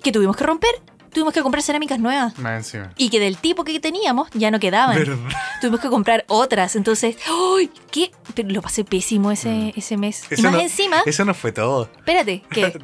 que tuvimos que romper, tuvimos que comprar cerámicas nuevas.
Más encima.
Y que del tipo que teníamos ya no quedaban.
¿Verdad?
Tuvimos que comprar otras. Entonces, ¡ay! ¿Qué? Pero lo pasé pésimo ese,
Mm.
ese mes.
Eso
y más
no-
encima,
Eso no fue todo.
espérate, que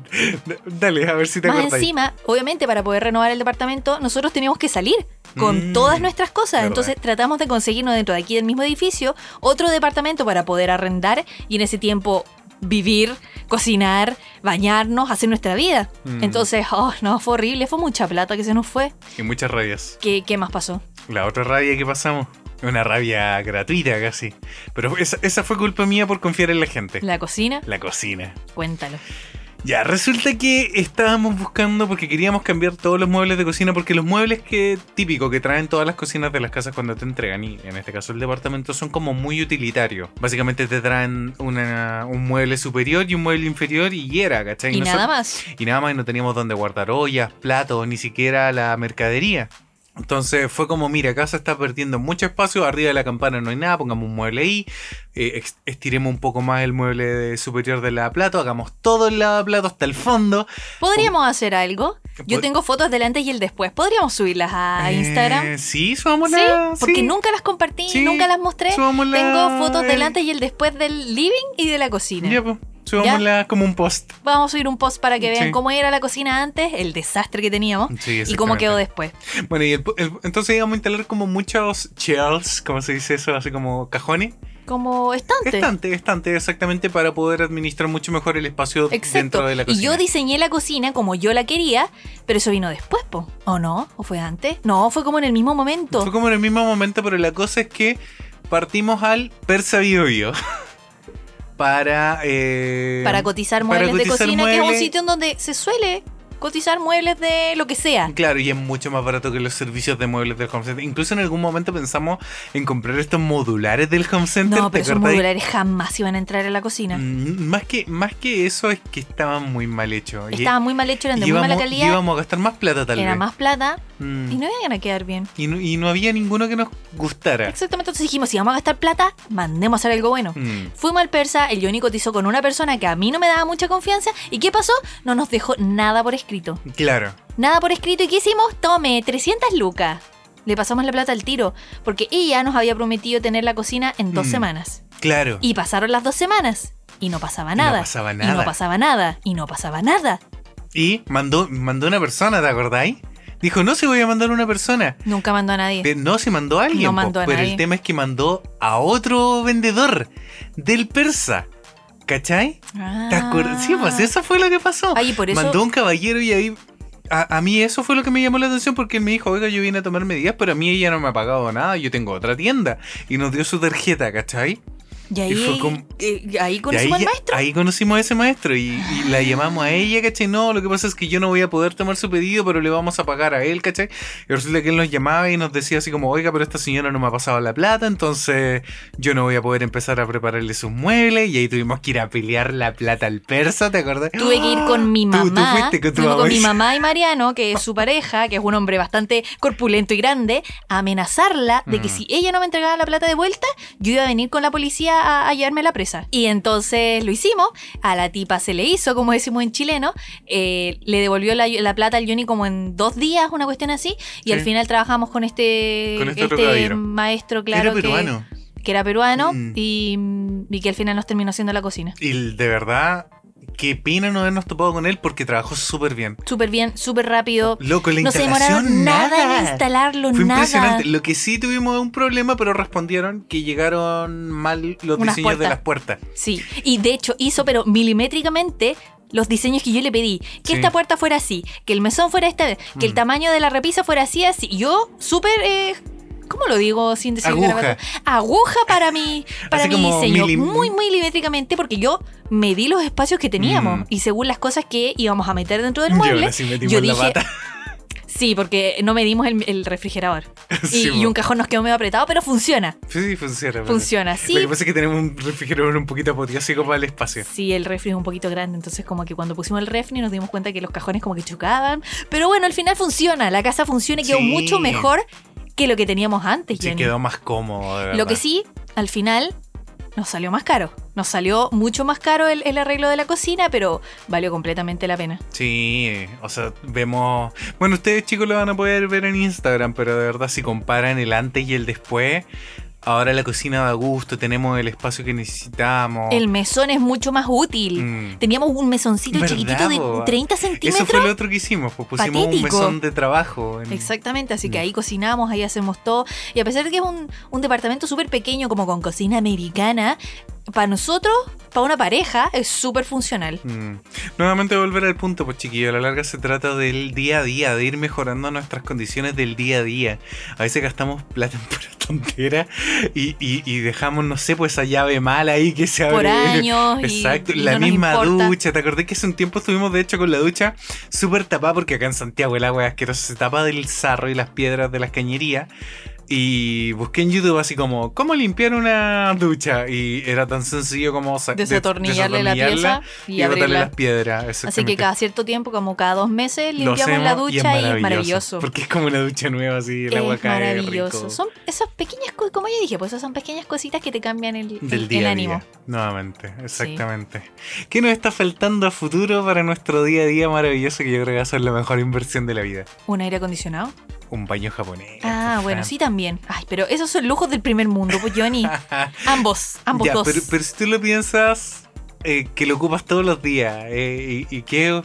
Dale, a ver si te
más
acordás.
encima, obviamente para poder renovar el departamento, nosotros teníamos que salir con
Mm,
todas nuestras cosas.
verdad.
Entonces tratamos de conseguirnos dentro de aquí del mismo edificio otro departamento para poder arrendar y en ese tiempo vivir, cocinar, bañarnos, hacer nuestra vida.
Mm.
Entonces, oh, no, fue horrible, fue mucha plata que se nos fue.
Y muchas rabias.
¿Qué, qué más pasó?
La otra rabia que pasamos. Una rabia gratuita casi. Pero esa, esa fue culpa mía por confiar en la gente.
La cocina,
La cocina.
cuéntalo.
Ya, resulta que estábamos buscando porque queríamos cambiar todos los muebles de cocina, porque los muebles que típico que traen todas las cocinas de las casas cuando te entregan, y en este caso el departamento, son como muy utilitarios. Básicamente te traen una- un mueble superior y un mueble inferior y era, ¿cachai?
Y
Nosotros-
nada más.
y nada más y no teníamos dónde guardar ollas, platos, ni siquiera la mercadería. Entonces fue como, mira, casa está perdiendo mucho espacio, arriba de la campana no hay nada, pongamos un mueble ahí, eh, ex- estiremos un poco más el mueble de- superior del lavaplato, hagamos todo el lavaplato hasta el fondo.
¿Podríamos hacer algo? Yo
Pod-
tengo fotos del antes y el después. ¿Podríamos subirlas a Instagram?
Eh, sí, subamos
Sí,
la...
porque
sí,
nunca las compartí,
Sí.
nunca las mostré.
subamos la-
Tengo fotos del
el-
antes y el después del living y de la cocina.
Ya, pues, subamos la como un post.
Vamos a subir un post para que vean
Sí.
cómo era la cocina antes, el desastre que teníamos
Sí,
y cómo quedó
exactamente.
después.
Bueno, y el- el- entonces íbamos a instalar como muchos shelves, como se dice eso, así como cajones.
Como estante.
Estante, estante, exactamente, para poder administrar mucho mejor el espacio dentro
Exacto.
de la
Y
cocina.
yo diseñé la cocina como yo la quería, pero eso vino después, po. ¿O no? ¿O fue antes? No, fue como en el mismo momento.
Fue como en el mismo momento, pero la cosa es que partimos al Persa Bio Bio para... eh,
para cotizar
para
muebles
cotizar
de cocina, que es un
muebles.
sitio en donde se suele cotizar muebles de lo que sea.
Claro, y es mucho más barato que los servicios de muebles del Home Center. Incluso en algún momento pensamos en comprar estos modulares del Home Center.
No,
¿te
pero esos
acordás?
modulares jamás iban a entrar a la cocina.
Mm, Más que, más que eso es que estaban muy mal hechos. Y-
Estaban muy mal hechos, eran de
y
muy mala
íbamos- y
calidad,
íbamos a gastar más plata tal
era
vez.
más plata
Mm.
y no iban a quedar bien.
Y no- y no había ninguno que nos gustara.
Exactamente, entonces dijimos, si vamos a gastar plata, mandemos a hacer algo bueno.
Mm.
Fuimos al persa, el Johnny cotizó con una persona que a mí no me daba mucha confianza. ¿Y qué pasó? No nos dejó nada por escrito.
Claro.
Nada por escrito. ¿Y qué hicimos? Tome, 300 lucas. Le pasamos la plata al tiro, porque ella nos había prometido tener la cocina en dos
Mm.
semanas.
Claro.
Y pasaron las dos semanas. Y no pasaba
Y no
nada.
pasaba
Y no
nada.
pasaba nada. Y no pasaba nada.
Y mandó, mandó una persona, ¿te acordáis? Dijo, no se voy a mandar una persona.
Nunca mandó a nadie.
Pero no se mandó a alguien.
No
po.
mandó a
pero
nadie.
el tema es que mandó a otro vendedor del persa. ¿Cachai? ¿Te acuerdas? Sí, pues eso fue lo que pasó.
Ah. Ay, y por eso.
Mandó un caballero y ahí. A, a mí eso fue lo que me llamó la atención porque él me dijo, oiga, yo vine a tomar medidas, pero a mí ella no me ha pagado nada, yo tengo otra tienda. Y nos dio su tarjeta, ¿cachai?
Y ahí,
y fue como-
eh, ahí
Y
conocimos
ahí,
al maestro.
ahí conocimos a ese maestro y, y la llamamos a ella, ¿cachai? No, lo que pasa es que yo no voy a poder tomar su pedido, pero le vamos a pagar a él, ¿cachai? Y resulta que él nos llamaba y nos decía así como, oiga, pero esta señora no me ha pasado la plata, entonces yo no voy a poder empezar a prepararle sus muebles. Y ahí tuvimos que ir a pelear la plata al persa, ¿te acordás?
Tuve que ir con mi
Tú- tú
mamá.
fuiste con tu
fuimos
mamá.
mi mamá y Mariano, que es su pareja, que es un hombre bastante corpulento y grande, a amenazarla de que
Mm.
si ella no me entregaba la plata de vuelta, yo iba a venir con la policía a, a llevarme a la presa. Y entonces lo hicimos. A la tipa se le hizo, como decimos en chileno. eh, le devolvió la, la plata al Johnny como en dos días, una cuestión así. Y al
Sí.
final trabajamos con este,
Con este otro caballero.
maestro, claro,
Era
que-
peruano.
Que, era peruano
Mm.
y, y que al final nos terminó haciendo la cocina.
Y de verdad, qué pena no habernos topado con él porque trabajó súper bien.
Súper bien, súper rápido.
Loco, la
No se demoraron
instalación,
nada, en instalarlo,
Fue
nada.
impresionante. Lo que sí tuvimos un problema, pero respondieron que llegaron mal los diseños
Unas
de
puertas.
las puertas.
Sí, y de hecho hizo, pero milimétricamente, los diseños que yo le pedí.
Sí.
Que esta puerta fuera así, que el mesón fuera este, que el
Mm.
tamaño de la repisa fuera así, así. Yo súper... eh, ¿Cómo lo digo sin decir
Aguja.
garabato? Aguja para mi, para
Así
mi
como
diseño.
milim-
Muy, muy milimétricamente, porque yo medí los espacios que teníamos
Mm.
y según las cosas que íbamos a meter dentro del
Y
mueble,
ahora sí metimos
yo
la
dije,
pata.
Sí, porque no medimos el, el refrigerador. Y-
Sí,
y, un cajón nos quedó medio apretado, pero funciona.
Sí, sí, funciona. pero-
Funciona, sí.
Lo que pasa es que tenemos un refrigerador un poquito apoteósico para el espacio.
Sí, el refri es un poquito grande, entonces como que cuando pusimos el refri nos dimos cuenta que los cajones como que chocaban. Pero bueno, al final funciona, la casa funciona y quedó
Sí.
mucho mejor que lo que teníamos antes,
Sí,
Jenny.
quedó más cómodo, de
Lo
verdad.
que sí, al final nos salió más caro. Nos salió mucho más caro el, el arreglo de la cocina, pero valió completamente la pena.
Sí, o sea, vemos. Bueno, ustedes chicos lo van a poder ver en Instagram, pero de verdad, si comparan el antes y el después, ahora la cocina da gusto, tenemos el espacio que necesitamos.
El mesón es mucho más útil.
Oh. Mm.
Teníamos un mesoncito
¿Verdad,
chiquitito de
boba?
30
Eso
centímetros.
fue lo otro que hicimos, pues pusimos un
Patético.
mesón de trabajo. en-
Exactamente, así que
Mm.
ahí cocinamos, ahí hacemos todo. Y a pesar de que es un, un departamento súper pequeño, como con cocina americana, para nosotros, para una pareja, es súper funcional.
Mm. Nuevamente volver al punto, pues chiquillo, a la larga se trata del día a día, de ir mejorando nuestras condiciones del día a día. A veces gastamos plata en puras tonteras y, y- y dejamos, no sé, pues esa llave mala ahí que se abre.
Por años. y-
eh, Exacto,
y
la
no nos
misma
importa.
ducha. ¿Te acordás que hace un tiempo estuvimos, de hecho, con la ducha súper tapada? Porque acá en Santiago el agua es asquerosa, se tapa del sarro y las piedras de las cañerías. Y busqué en YouTube así como, ¿cómo limpiar una ducha? Y era tan sencillo como sa- des-
Desatornillarle la
desatornillarla
pieza y
botarle
abrirla.
las piedras.
Así que
exactamente.
cada cierto tiempo, como cada dos meses,
Lo
limpiamos la
hacemos
ducha y es maravilloso.
Porque es como una ducha nueva, así, el agua
Es
cae
maravilloso.
rico.
Son esas pequeñas cosas, como yo dije, pues esas son pequeñas cositas que te cambian el, el-
Del
el
día a
ánimo.
día. Nuevamente, exactamente. ¿Qué nos está faltando a futuro para nuestro día a día maravilloso que yo creo que va a ser la mejor inversión de la vida?
Un aire acondicionado.
Un baño japonés.
Ah,
pues,
bueno,
Fran.
sí también. Ay, pero esos son lujos del primer mundo, pues Johnny. ambos, ambos
Ya,
dos.
Pero, pero si tú lo piensas, eh, que lo ocupas todos los días eh, y, y que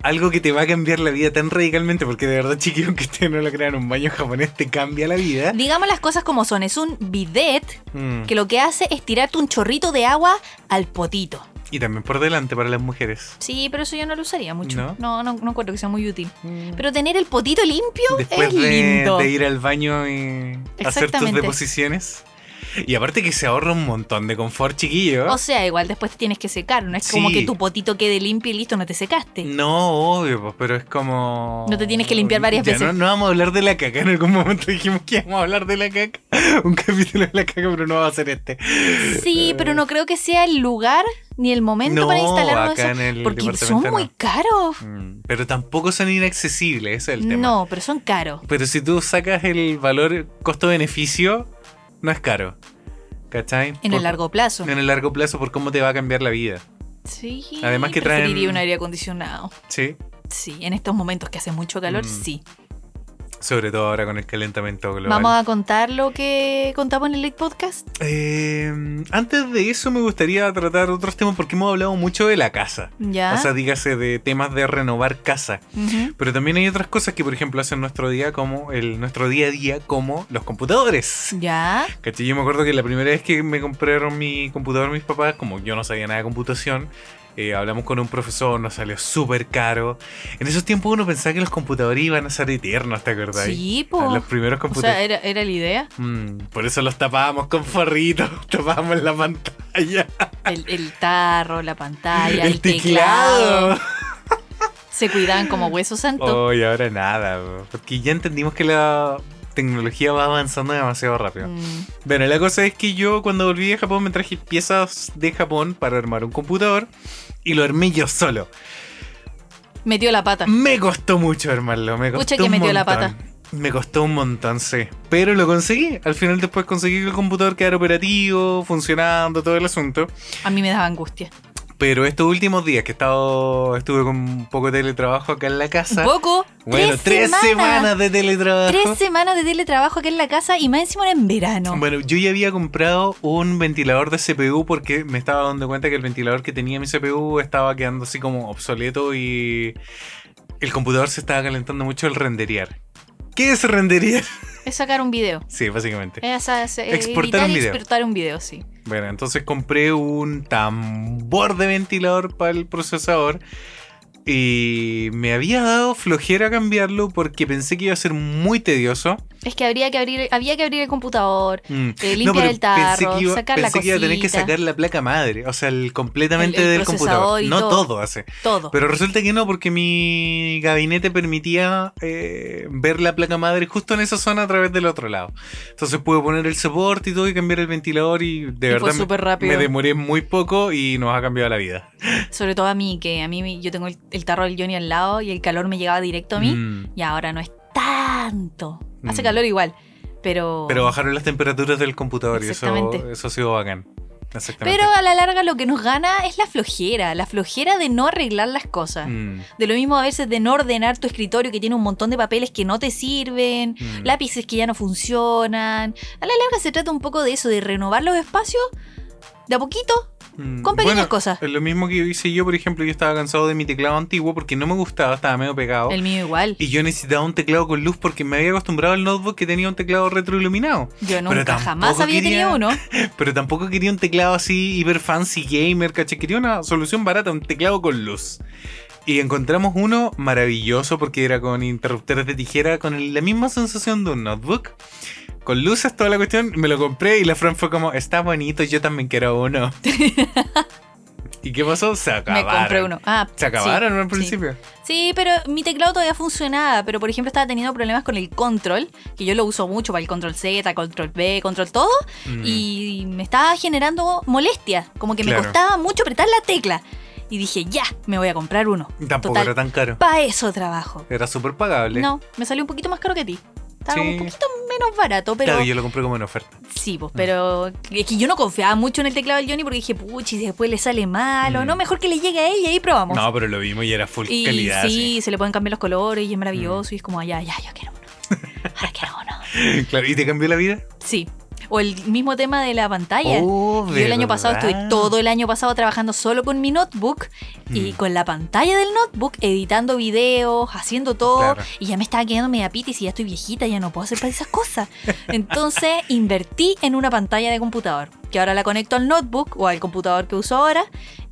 algo que te va a cambiar la vida tan radicalmente, porque de verdad, chiquillos, que ustedes no lo crean, un baño japonés te cambia la vida.
Digamos las cosas como son. Es un bidet
Mm.
que lo que hace es tirarte un chorrito de agua al potito.
Y también por delante para las mujeres.
Sí, pero eso yo no lo usaría mucho.
¿No? Mm.
No, no, no encuentro que sea muy útil. Pero tener el potito limpio
Después
es
de,
lindo.
de ir al baño y hacer tus
Exactamente.
deposiciones. Y aparte que se ahorra un montón de confort, chiquillo.
O sea, igual después te tienes que secar. No es como
¿Ah? Sí. Mm.
que tu potito quede limpio y listo, no te secaste.
No, obvio, pues, pero es como.
No te tienes que limpiar varias
Ya,
veces.
No, no vamos a hablar de la caca. En algún momento dijimos que íbamos a hablar de la caca. Un capítulo de la caca, pero no va a ser este.
Sí, pero no creo que sea el lugar ni el momento
No,
para instalar uno de
acá
esos,
en el
Porque son
departamento
muy
no.
caros.
Mm, Pero tampoco son inaccesibles, ese es el tema.
No, pero son caros.
Pero si tú sacas el valor costo-beneficio, no es caro. ¿Cachai?
En
Por-
el largo plazo.
En el largo plazo, por cómo te va a cambiar la vida.
Sí.
Además que traen-
preferiría un aire acondicionado.
Sí.
Sí, en estos momentos que hace mucho calor,
Mm.
sí.
Sobre todo ahora con el calentamiento global.
Vamos a contar lo que contamos en el Late Podcast.
Eh, antes de eso, me gustaría tratar otros temas porque hemos hablado mucho de la casa.
Ya.
O sea, dígase de temas de renovar casa.
Ujú.
Pero también hay otras cosas que, por ejemplo, hacen nuestro día como el nuestro día a día como los computadores.
Ya.
¿Cachai? Yo me acuerdo que la primera vez que me compraron mi computador mis papás, como yo no sabía nada de computación, eh, hablamos con un profesor, nos salió súper caro. En esos tiempos uno pensaba que los computadores iban a ser eternos, ¿te acordás?
Sí, po.
Los primeros
O
computadores.
sea, eh, era, era la idea.
Mm, por eso los tapábamos con forritos, tapábamos la pantalla,
El, el tarro, la pantalla, el,
el teclado.
Se cuidaban como hueso santo.
Oh, y ahora nada, bro, porque ya entendimos que la tecnología va avanzando demasiado rápido.
Mm.
Bueno, la cosa es que yo cuando volví de Japón me traje piezas de Japón para armar un computador y lo armé yo solo.
Metió la pata.
Me costó mucho armarlo, me costó
Ah. Pucha que
un
metió la
montón. Me costó un montón, sí. Pero lo conseguí. Al final después conseguí que el computador quedara operativo, funcionando, todo el asunto.
A mí me daba angustia.
Pero estos últimos días que he estado, estuve con un poco de teletrabajo acá en la
Un
casa.
poco.
Bueno, tres, semanas. de teletrabajo.
Tres semanas de teletrabajo aquí en la casa y más encima era en verano.
Bueno, yo ya había comprado un ventilador de CPU porque me estaba dando cuenta que el ventilador que tenía mi CPU estaba quedando así como obsoleto y el computador se estaba calentando mucho el renderear. ¿Qué es renderear?
Es sacar un video.
Sí, básicamente.
Es, es- es
Exportar
editar
un
y
video.
exportar un video, sí.
Bueno, entonces compré un tambor de ventilador para el procesador. Y me había dado flojera cambiarlo porque pensé que iba a ser muy tedioso.
Es que habría que abrir, había que abrir el computador,
Mm.
eh, limpiar
pero
el tarro,
pensé que iba,
sacar la
pensé que iba a tener que
cosita.
sacar la placa madre, o sea, el completamente
El- el
del
procesador
computador.
y
No
todo.
todo. hace.
todo.
Pero resulta que no, porque mi gabinete permitía eh, ver la placa madre justo en esa zona a través del otro lado. Entonces pude poner el soporte y todo y cambiar el ventilador y de
Y fue
verdad me-
súper rápido.
me demoré muy poco y nos ha cambiado la vida.
Sobre todo a mí, que a mí yo tengo el, el tarro del Johnny al lado y el calor me llegaba directo a mí.
Mm.
Y ahora no es tanto. Hace
Mm.
calor igual, pero...
Pero bajaron las temperaturas del computador y eso,
Exactamente.
eso ha sido bacán. Exactamente.
Pero a la larga lo que nos gana es la flojera, la flojera de no arreglar las cosas.
Mm,
De lo mismo a veces de no ordenar tu escritorio que tiene un montón de papeles que no te sirven,
mm.
lápices que ya no funcionan. A la larga se trata un poco de eso, de renovar los espacios de a poquito,
Mm,
con pequeñas
bueno,
cosas.
Lo mismo que hice yo, por ejemplo, yo estaba cansado de mi teclado antiguo porque no me gustaba, estaba medio pegado.
El mío igual.
Y yo necesitaba un teclado con luz porque me había acostumbrado al notebook que tenía un teclado retroiluminado.
Yo nunca
tampoco
jamás había
quería-
tenido uno.
Pero tampoco quería un teclado así hiper fancy gamer, caché. Quería una solución barata, un teclado con luz. Y encontramos uno maravilloso porque era con interruptores de tijera, con el- la misma sensación de un notebook. Con luces, toda la cuestión. Me lo compré y la Fran fue como, está bonito, yo también quiero uno. ¿Y qué pasó? Se
Me
acabaron.
compré uno. Ah,
Se acabaron
sí,
al
sí.
principio.
Sí, pero mi teclado todavía funcionaba, pero por ejemplo estaba teniendo problemas con el control, que yo lo uso mucho para el control Z, control B, control todo,
Mm.
y me estaba generando molestia, como que me
Claro.
costaba mucho apretar la tecla. Y dije, ya, me voy a comprar uno.
Tampoco
total.
era tan caro.
Para eso trabajo.
Era súper pagable.
No, me salió un poquito más caro que a ti. Estaba
Sí.
un poquito menos barato, pero
Claro, yo lo compré como en oferta.
sí, pues, pero es que yo no confiaba mucho en el teclado del Johnny porque dije, puchi, si después le sale mal o
Mm.
no, mejor que le llegue a él y ahí probamos.
No, pero lo vimos y era full
Y
calidad.
sí,
así.
se le pueden cambiar los colores y es
Mm.
maravilloso. Y es como, "Ah, ya, ya, yo quiero uno. Ahora quiero uno.
Claro, ¿y te cambió la vida?
Sí. O el mismo tema de la pantalla.
Oh,
Yo el año pasado
¿verdad?
estuve todo el año pasado trabajando solo con mi notebook y
Mm.
con la pantalla del notebook, editando videos, haciendo todo.
Claro.
Y ya me estaba quedando media pitis y ya estoy viejita, ya no puedo hacer para esas cosas. Entonces invertí en una pantalla de computador, que ahora la conecto al notebook o al computador que uso ahora.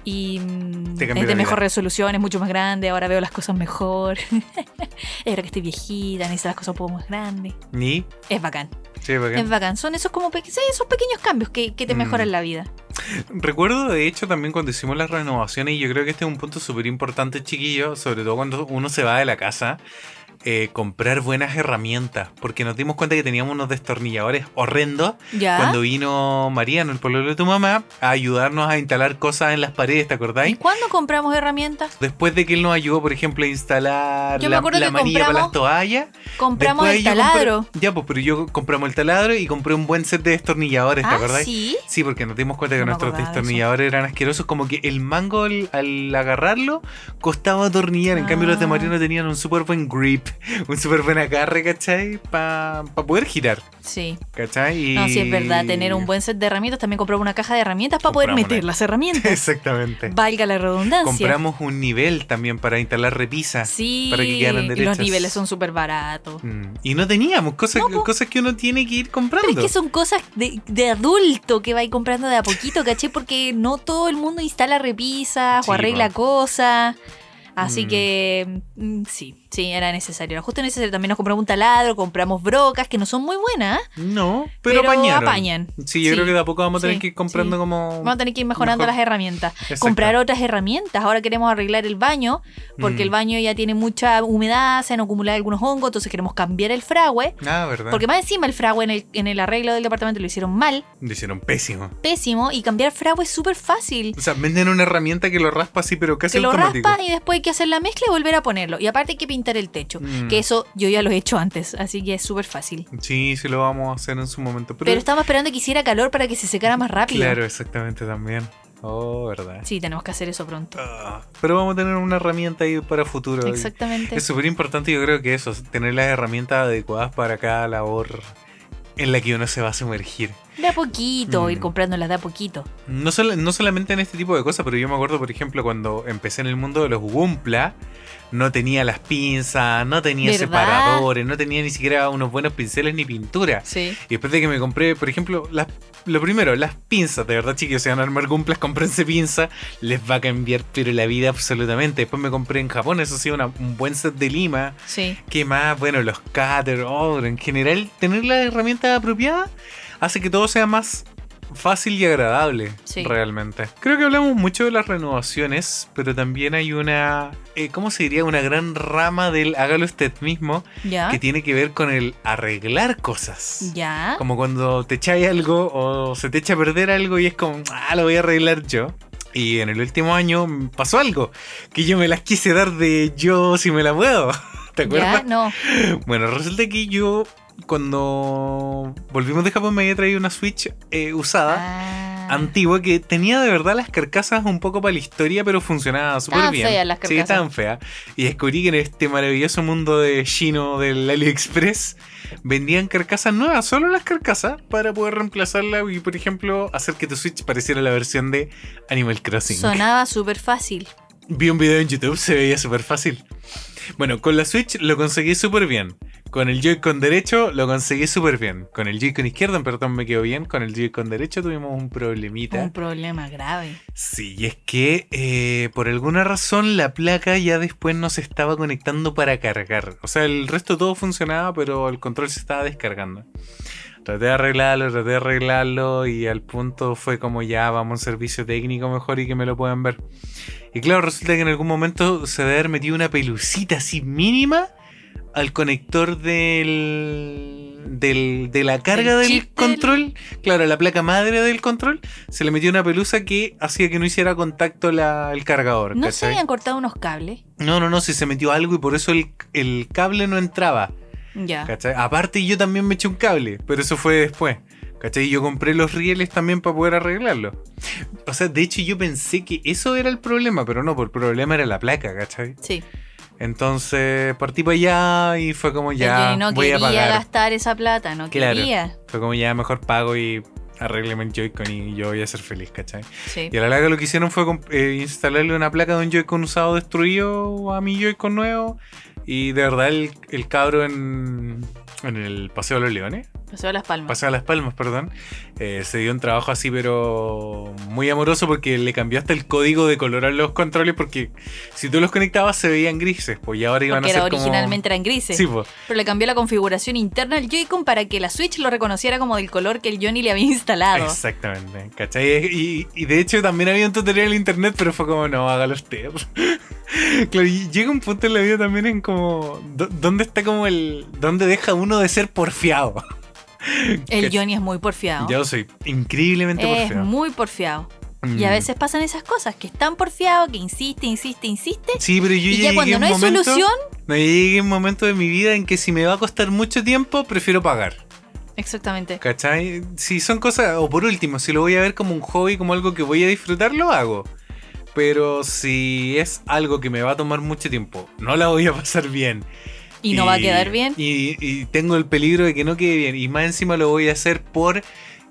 Y mm,
Te cambió
es
la
de
vida.
mejor resolución, es mucho más grande, ahora veo las cosas mejor. ahora que estoy viejita, necesito las cosas un poco más grandes.
Ni.
Es bacán,
Sí, bacán.
es bacán. Son esos como pe- sí, esos pequeños cambios que, que te
Mm.
mejoran la vida.
Recuerdo de hecho también cuando hicimos las renovaciones, y yo creo que este es un punto súper importante, chiquillo, sobre todo cuando uno se va de la casa, eh, comprar buenas herramientas, porque nos dimos cuenta que teníamos unos destornilladores horrendos
Ya.
cuando vino Mariano, el pololo de tu mamá, a ayudarnos a instalar cosas en las paredes, ¿te
¿Y
acordáis?
cuándo compramos herramientas?
Después de que él nos ayudó, por ejemplo, a instalar
Yo me
la,
acuerdo
la
que
manilla para
compramos-
las toallas.
Compramos
después
el
yo compré-
taladro.
ya, pues, pero yo compramos el taladro y compré un buen set de destornilladores, ¿te
Ah,
acordáis?
sí.
Sí, porque nos dimos cuenta que
No me
nuestros
acordaba de eso.
destornilladores eran asquerosos, como que el mango al, al agarrarlo costaba atornillar, en cambio los de
Ah.
Mariano tenían un súper buen grip, un súper buen agarre, ¿cachai? Para poder girar,
Sí.
¿cachai? Y-
No, sí, es verdad, tener un buen set de herramientas. También compramos una caja de herramientas para poder
Compramos
meter
una-
las herramientas.
Exactamente.
Valga la redundancia.
Compramos un nivel también para instalar repisas.
sí,
para que quedaran
y los
derechas.
niveles son súper baratos.
Mm, Y no teníamos, cosas,
No, po.
cosas que uno tiene que ir comprando.
Pero es que son cosas de, de adulto que vais comprando de a poquito, ¿caché? Porque no todo el mundo instala repisas
Sí,
o arregla
po.
cosas. Así
Mm.
que mm, sí, sí, era necesario. Era justo necesario. También nos compramos un taladro, compramos brocas que no son muy buenas,
No, pero,
pero,
apañaron.
apañan.
Sí, yo
Sí,
creo que de a poco vamos a tener
sí,
que ir comprando
sí.
como...
Vamos a tener que ir mejorando
Mejor.
las herramientas.
Exacto.
Comprar otras herramientas. Ahora queremos arreglar el baño porque
Mm.
el baño ya tiene mucha humedad, se han acumulado algunos hongos, entonces queremos cambiar el fragüe.
Ah, ¿verdad?
Porque más encima el fragüe en el, en el arreglo del departamento lo hicieron mal,
Lo hicieron pésimo.
pésimo, y cambiar fragüe es súper fácil.
O sea, venden una herramienta que lo raspa así, pero casi
Que lo
automático.
raspa y después hay que hacer la mezcla y volver a ponerlo. Y aparte hay que pintar el techo,
Mm.
que eso yo ya lo he hecho antes, así que es súper fácil.
Sí, sí lo vamos a hacer en su momento. Pero,
Pero estamos esperando que hiciera calor para que se secara más rápido.
Claro, exactamente también. Oh, verdad.
Sí, tenemos que hacer eso pronto.
Ah, pero vamos a tener una herramienta ahí para futuro.
Exactamente.
Es súper importante, yo creo que eso, tener las herramientas adecuadas para cada labor en la que uno se va a sumergir.
De a poquito,
Mm.
ir comprándolas de a poquito.
No, sol- no solamente en este tipo de cosas, pero yo me acuerdo, por ejemplo, cuando empecé en el mundo de los Gumpla, no tenía las pinzas, no tenía
¿Verdad?
separadores, no tenía ni siquiera unos buenos pinceles ni pintura.
Sí.
Y después de que me compré, por ejemplo, las, lo primero, las pinzas, de verdad, chicos, se van a armar cumplas, comprense pinzas, les va a cambiar, pero la vida absolutamente. Después me compré en Japón, eso sí, una- un buen set de lima.
Sí.
¿Qué más? Bueno, los cutter, oh, en general, tener la herramienta apropiada hace que todo sea más fácil y agradable,
Sí.
realmente. Creo que hablamos mucho de las renovaciones, pero también hay una, eh, ¿cómo se diría? Una gran rama del hágalo usted mismo
Ya.
que tiene que ver con el arreglar cosas.
¿Ah? Ya.
Como cuando te echáis algo o se te echa a perder algo y es como, ah, lo voy a arreglar yo. Y en el último año mm, pasó algo, que yo me las quise dar de yo si me la puedo. ¿Te
Ya,
acuerdas?
no.
Bueno, resulta que yo cuando volvimos de Japón me había traído una Switch eh, usada,
Ah.
antigua, que tenía de verdad las carcasas un poco para la historia, pero funcionaba súper
Estaban
bien.
feas las
Sí,
carcasas.
estaban feas. Y descubrí que en este maravilloso mundo de chino del AliExpress vendían carcasas nuevas, solo las carcasas, para poder reemplazarla y, por ejemplo, hacer que tu Switch pareciera la versión de Animal Crossing.
Sonaba súper fácil.
Vi un video en YouTube, se veía súper fácil. Bueno, con la Switch lo conseguí súper bien. Con el Joy-Con derecho lo conseguí súper bien. Con el Joy-Con izquierdo, perdón, me quedó bien. Con el Joy-Con derecho tuvimos un problemita.
Un problema grave.
Sí, y es que eh, por alguna razón la placa ya después no se estaba conectando para cargar. O sea, el resto todo funcionaba, pero el control se estaba descargando. Traté de arreglarlo, traté de arreglarlo y al punto fue como ya vamos a un servicio técnico mejor y que me lo puedan ver. Y claro, resulta que en algún momento se debe haber metido una pelucita así mínima al conector del, del- de la carga
Del
del
chip del-
control. Claro, la placa madre del control se le metió una pelusa que hacía que no hiciera contacto la- el cargador.
¿No se
¿cachai?
habían cortado unos cables?
No, no, no, si se metió algo y por eso el, el cable no entraba.
Ya.
¿cachai? Aparte yo también me eché un cable, pero eso fue después. ¿Cachai? Yo compré los rieles también para poder arreglarlo. O sea, de hecho yo pensé que eso era el problema, pero no, por problema era la placa, ¿cachai?
Sí.
Entonces partí para allá y fue como ya
Porque no
voy
quería
a pagar.
gastar esa plata, no
Claro.
quería.
Fue como ya mejor pago y arregleme el Joy-Con y yo voy a ser feliz, ¿cachai?
Sí.
Y a la larga lo que hicieron fue comp- eh, instalarle una placa de un Joy-Con usado destruido a mi Joy-Con nuevo. Y de verdad el, el cabro en, en el Paseo de los Leones,
Pasó a las palmas.
Paseo de las Palmas, perdón, eh, se dio un trabajo así pero muy amoroso porque le cambió hasta el código de color a los controles porque si tú los conectabas se veían grises, pues y ahora iban
Porque
a ser
era
como-
originalmente eran grises.
Sí, pues.
Pero le cambió la configuración interna al Joy-Con para que la Switch lo reconociera como del color que el Johnny le había instalado.
Exactamente, ¿cachai? Y, y de hecho también había un tutorial en internet, pero fue como, no, hágalo usted. claro, y llega un punto en la vida también en como, do- ¿dónde está como el, dónde deja uno de ser porfiado?
El
Que-
Johnny es muy porfiado.
Yo soy increíblemente
es
porfiado.
muy porfiado. Y a
Mm.
veces pasan esas cosas, que es tan porfiado, que insiste, insiste, insiste.
Sí, pero yo
Y
llegué
ya cuando
a un
no hay
momento,
solución.
no, yo llegué a un momento de mi vida en que si me va a costar mucho tiempo, prefiero pagar.
Exactamente.
¿Cachai? Si son cosas, o por último, si lo voy a ver como un hobby, como algo que voy a disfrutar, lo hago. Pero si es algo que me va a tomar mucho tiempo, no la voy a pasar bien.
Y no va a quedar bien.
Y, y tengo el peligro de que no quede bien. Y más encima lo voy a hacer por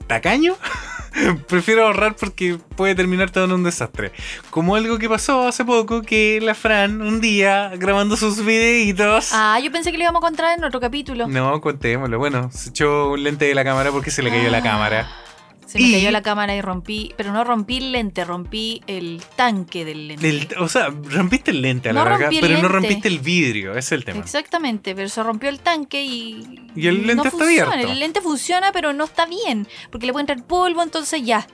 tacaño. Prefiero ahorrar porque puede terminar todo en un desastre. Como algo que pasó hace poco, que la Fran un día grabando sus videitos...
Ah, yo pensé que lo íbamos a encontrar en otro capítulo.
No, contémoslo. Bueno, se echó un lente de la cámara porque se le cayó la
Ah.
cámara.
Se me
Y-
cayó la cámara y rompí, pero no rompí el lente, rompí el tanque del lente.
El- o sea, rompiste el lente a la
No
larga,
rompí el
pero no
lente.
rompiste el vidrio, ese es el tema.
Exactamente, pero se rompió el tanque y.
Y el lente
no
está
funciona.
abierto.
El lente funciona, pero no está bien. Porque le puede entrar polvo, entonces ya.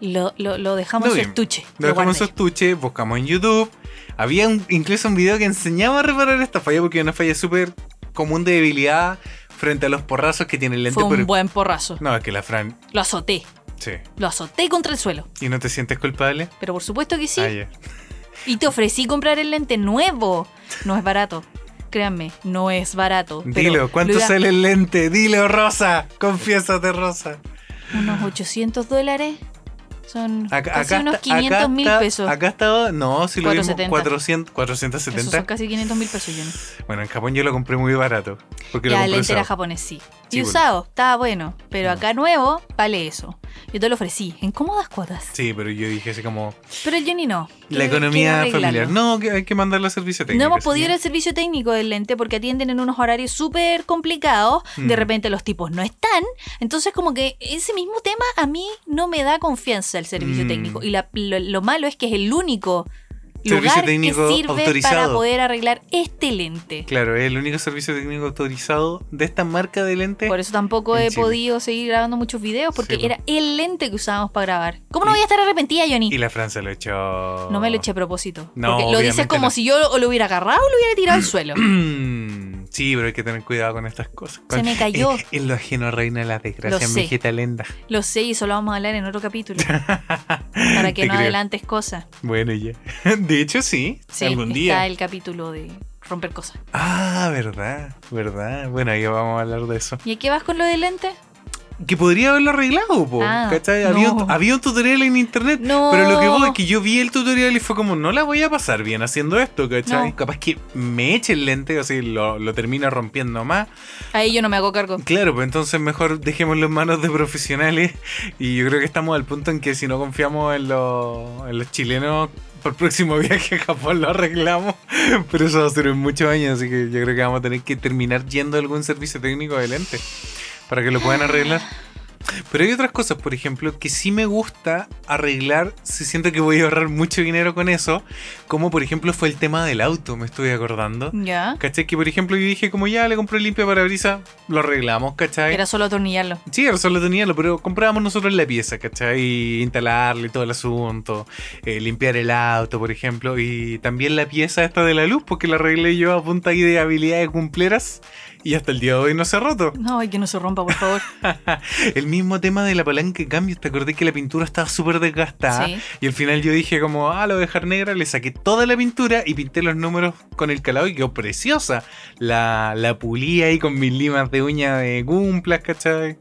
Lo, lo- lo dejamos
Lo
en su
vi.
estuche.
Lo dejamos en su
guardé.
estuche, buscamos en YouTube. Había un- incluso un video que enseñaba a reparar esta falla porque es una falla súper común de debilidad frente a los porrazos que tiene el lente.
Fue un
pero-
buen porrazo.
No, es que la Fran,
Lo azoté.
sí.
Lo azoté contra el suelo.
¿Y no te sientes culpable?
Pero por supuesto que sí.
Ah, ya.
Y te ofrecí comprar el lente nuevo. No es barato. Créanme, no es barato. pero
Dilo, ¿cuánto
lo iba-
sale el lente? Dilo, Rosa. Confiésate, Rosa.
Unos 800 dólares. Son
Acá,
casi
acá
unos
está- acá
500 mil
está-
pesos.
Acá estaba. No, si lo vimos,
470.
400,
Esos
470.
son casi 500 mil pesos, Johnny.
Bueno, en Japón yo lo compré muy barato. Porque lo
Ya, el
compré
lente era
usado.
japonés, sí. Y
Sí, bueno. Ah.
usado, estaba bueno. Pero acá nuevo, vale eso. Yo te lo ofrecí en cómodas cuotas.
Sí, pero yo dije así como
Pero el Johnny no.
la
Quiere-
economía
quiere
familiar.
arreglarlo.
No, que hay que mandarla a servicio técnico.
No hemos
sí.
podido ir al servicio técnico del lente porque atienden en unos horarios súper complicados. De
Mm.
repente los tipos no están. Entonces, como que ese mismo tema a mí no me da confianza el servicio
Mm.
técnico. Y la- lo, lo malo es que es el único
Servicio
lugar que
técnico
sirve para
autorizado.
poder arreglar este lente.
Claro, es el único servicio técnico autorizado de esta marca de lentes.
Por eso tampoco
En
he
Chile.
podido seguir grabando muchos videos porque
Sí, po.
era el lente que usábamos para grabar. ¿Cómo no
Y-
voy a estar arrepentida, Johnny?
Y la Francia lo echó.
No me lo eché a propósito.
No,
porque lo dices
obviamente
como
no.
si yo lo, lo hubiera agarrado o lo hubiera tirado al suelo.
sí, pero hay que tener cuidado con estas cosas.
Se
Con-
me cayó.
En, en lo ajeno reina la
Lo
desgracia,
sé.
mi hijita linda.
Lo sé y eso lo vamos a hablar en otro capítulo. para que
Te
no
creo.
adelantes cosas.
Bueno, ya. De hecho, sí.
Sí,
algún
está
día.
el capítulo de romper cosas.
Ah, verdad, verdad. Bueno, ahí vamos a hablar de eso.
¿Y a qué vas con lo del lente?
Que podría haberlo arreglado, po.
Ah,
¿Cachai? Había,
no.
un, había un tutorial en internet.
No.
Pero lo que voy es que yo vi el tutorial y fue como, no la voy a pasar bien haciendo esto, ¿cachai?
No.
Capaz que me eche el lente, o sea, lo, lo termina rompiendo más.
Ahí yo no me hago cargo.
Claro, pues entonces mejor dejémoslo en manos de profesionales. Y yo creo que estamos al punto en que si no confiamos en, los- en los chilenos, para el próximo viaje a Japón lo arreglamos. Pero eso va a ser en muchos años, así que yo creo que vamos a tener que terminar yendo a algún servicio técnico de lente para que lo puedan arreglar. Pero hay otras cosas, por ejemplo, que sí me gusta arreglar si siento que voy a ahorrar mucho dinero con eso. Como por ejemplo fue el tema del auto, me estoy acordando.
Ya.
¿Cachai? Que por ejemplo yo dije, como ya le compré limpia parabrisas, lo arreglamos, ¿cachai?
Era solo atornillarlo.
Sí, era solo teníalo, pero comprábamos nosotros la pieza, ¿cachai? Y instalarle todo el asunto, eh, limpiar el auto, por ejemplo, y también la pieza esta de la luz, porque la arreglé yo a punta ahí de habilidades cumpleras y hasta el día de hoy no se ha roto.
No, ay, que no se rompa, por favor.
El mismo tema de la palanca de cambios, te acordé que la pintura estaba súper desgastada
Sí.
y al final yo dije como, ah, lo voy a dejar negra, le saqué toda la pintura y pinté los números con el calado y quedó preciosa. La, la pulí ahí con mis limas de uña de cumplas, ¿cachai?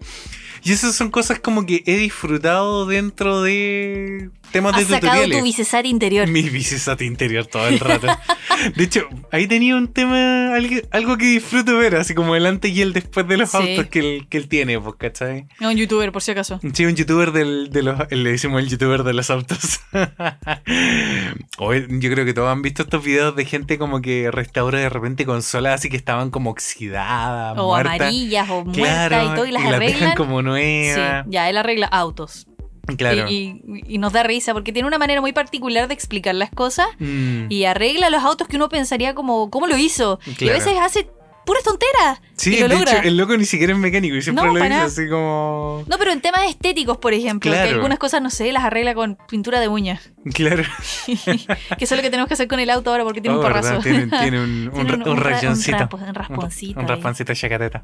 Y esas son cosas como que he disfrutado dentro de temas de
Has sacado tu
tutoriales.
bicesar interior.
Mi bicicleta interior todo el rato. De hecho, ahí tenía un tema, algo, algo que disfruto ver, así como el antes y el después de los
Sí.
autos que él, que él tiene, pues, ¿cachai?
No, un youtuber, por si acaso.
Sí, un youtuber del, de los. Le decimos el youtuber de los autos. Hoy, yo creo que todos han visto estos videos de gente como que restaura de repente consolas así que estaban como oxidadas,
O
muertas.
amarillas, o muertas
Claro,
y todo, y las
dejan
arreglan.
como
Sí,
nuevas.
ya, él arregla autos.
Claro.
Y, y- y nos da risa porque tiene una manera muy particular de explicar las cosas
Mm,
y arregla los autos que uno pensaría como, ¿cómo lo hizo? Y a
Claro.
veces hace puras tonteras.
sí,
y lo
de
logra.
hecho, el loco ni siquiera es mecánico y siempre
No,
lo
para
dice
nada.
así como.
No, pero en temas estéticos, por ejemplo, que
Claro.
algunas cosas, no sé, las arregla con pintura de uñas.
Claro.
que eso es lo que tenemos que hacer con el auto ahora porque tiene
Oh,
un
¿verdad?
parrazo.
Tiene, tiene un, un,
Tiene
ra- un
ra-
rayoncito.
Un, rapo- un rasponcito.
Un
ahí.
rasponcito de chacareta.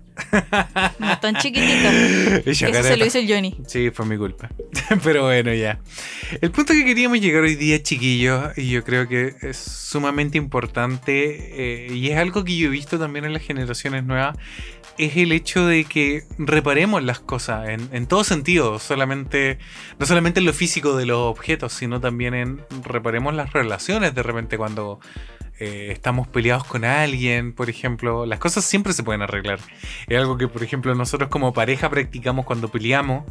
No es tan chiquitito. Eso se
Chacareta.
lo hizo el Johnny.
Sí, fue mi culpa. Pero bueno, ya. El punto que queríamos llegar hoy día, chiquillos, y yo creo que es sumamente importante, eh, y es algo que yo he visto también en las generaciones nuevas, es el hecho de que reparemos las cosas en, en todo sentido, solamente, no solamente en lo físico de los objetos, sino también en reparemos las relaciones de repente cuando... eh, estamos peleados con alguien, por ejemplo, las cosas siempre se pueden arreglar. Es algo que, por ejemplo, nosotros como pareja practicamos cuando peleamos.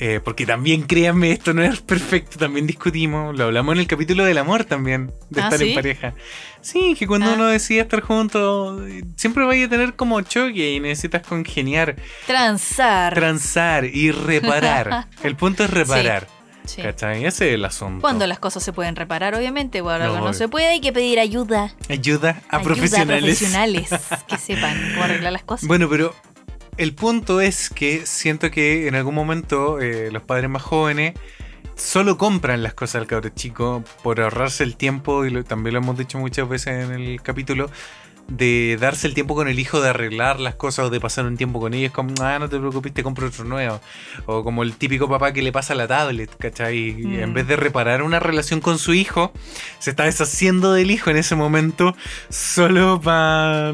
Eh, porque también, créanme, esto no es perfecto. También discutimos. Lo hablamos en el capítulo del amor también. De
Ah,
estar
¿sí?
en pareja. Sí, que cuando
Ah.
uno decide estar juntos, eh, siempre vaya a tener como choque y necesitas congeniar,
Transar.
transar y reparar. el punto es reparar.
Sí.
¿Cachai? Ese es el asunto.
Cuando las cosas se pueden reparar, obviamente, o algo
No,
no
obvio.
se puede, hay que pedir ayuda.
Ayuda a
ayuda
profesionales.
profesionales que sepan cómo arreglar las cosas.
Bueno, pero el punto es que siento que en algún momento eh, los padres más jóvenes solo compran las cosas al cabro chico por ahorrarse el tiempo, y lo- también lo hemos dicho muchas veces en el capítulo, de darse el tiempo con el hijo de arreglar las cosas o de pasar un tiempo con ellos, como, ah, no te preocupes, te compro otro nuevo. O como el típico papá que le pasa la tablet, ¿cachai? Y
Mm.
en vez de reparar una relación con su hijo, se está deshaciendo del hijo en ese momento solo para,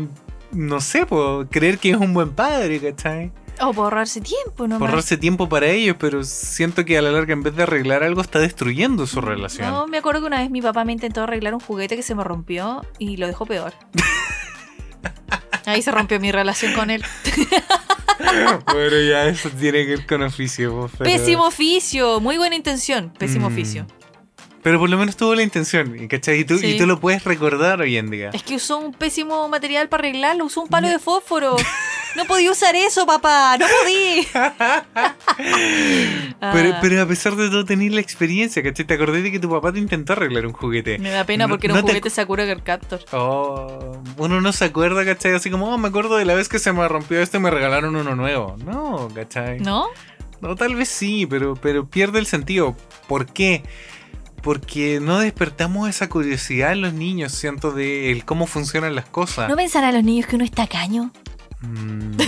no sé, po, creer que es un buen padre, ¿cachai?
O por ahorrarse tiempo, ¿no?
Por ahorrarse tiempo para ellos, pero siento que a la larga en vez de arreglar algo está destruyendo su relación.
No, me acuerdo que una vez mi papá me intentó arreglar un juguete que se me rompió y lo dejó peor. Ahí se rompió mi relación con él.
bueno, ya eso tiene que ver con oficio. po, pero-
Pésimo oficio, muy buena intención, pésimo
Mm.
oficio.
Pero por lo menos tuvo la intención, ¿y ¿cachai? Y tú,
Sí.
y tú lo puedes recordar hoy en día.
Es que usó un pésimo material para arreglarlo, usó un palo de fósforo. No podía usar eso, papá, no podía.
Pero,
Ah,
pero a pesar de todo, tenés la experiencia, ¿cachai? Te acordé de que tu papá te intentó arreglar un juguete.
me da pena
no-
porque
no
era un
te
juguete Sakura Carcaptor.
Oh, uno no se acuerda, ¿cachai? Así como, oh, me acuerdo de la vez que se me rompió este y me regalaron uno nuevo. No, ¿cachai?
¿No?
No, tal vez sí, pero, pero pierde el sentido. ¿Por qué? Porque no despertamos esa curiosidad en los niños, siento, de el cómo funcionan las cosas.
¿No pensarán los niños que uno está caño?
Mm.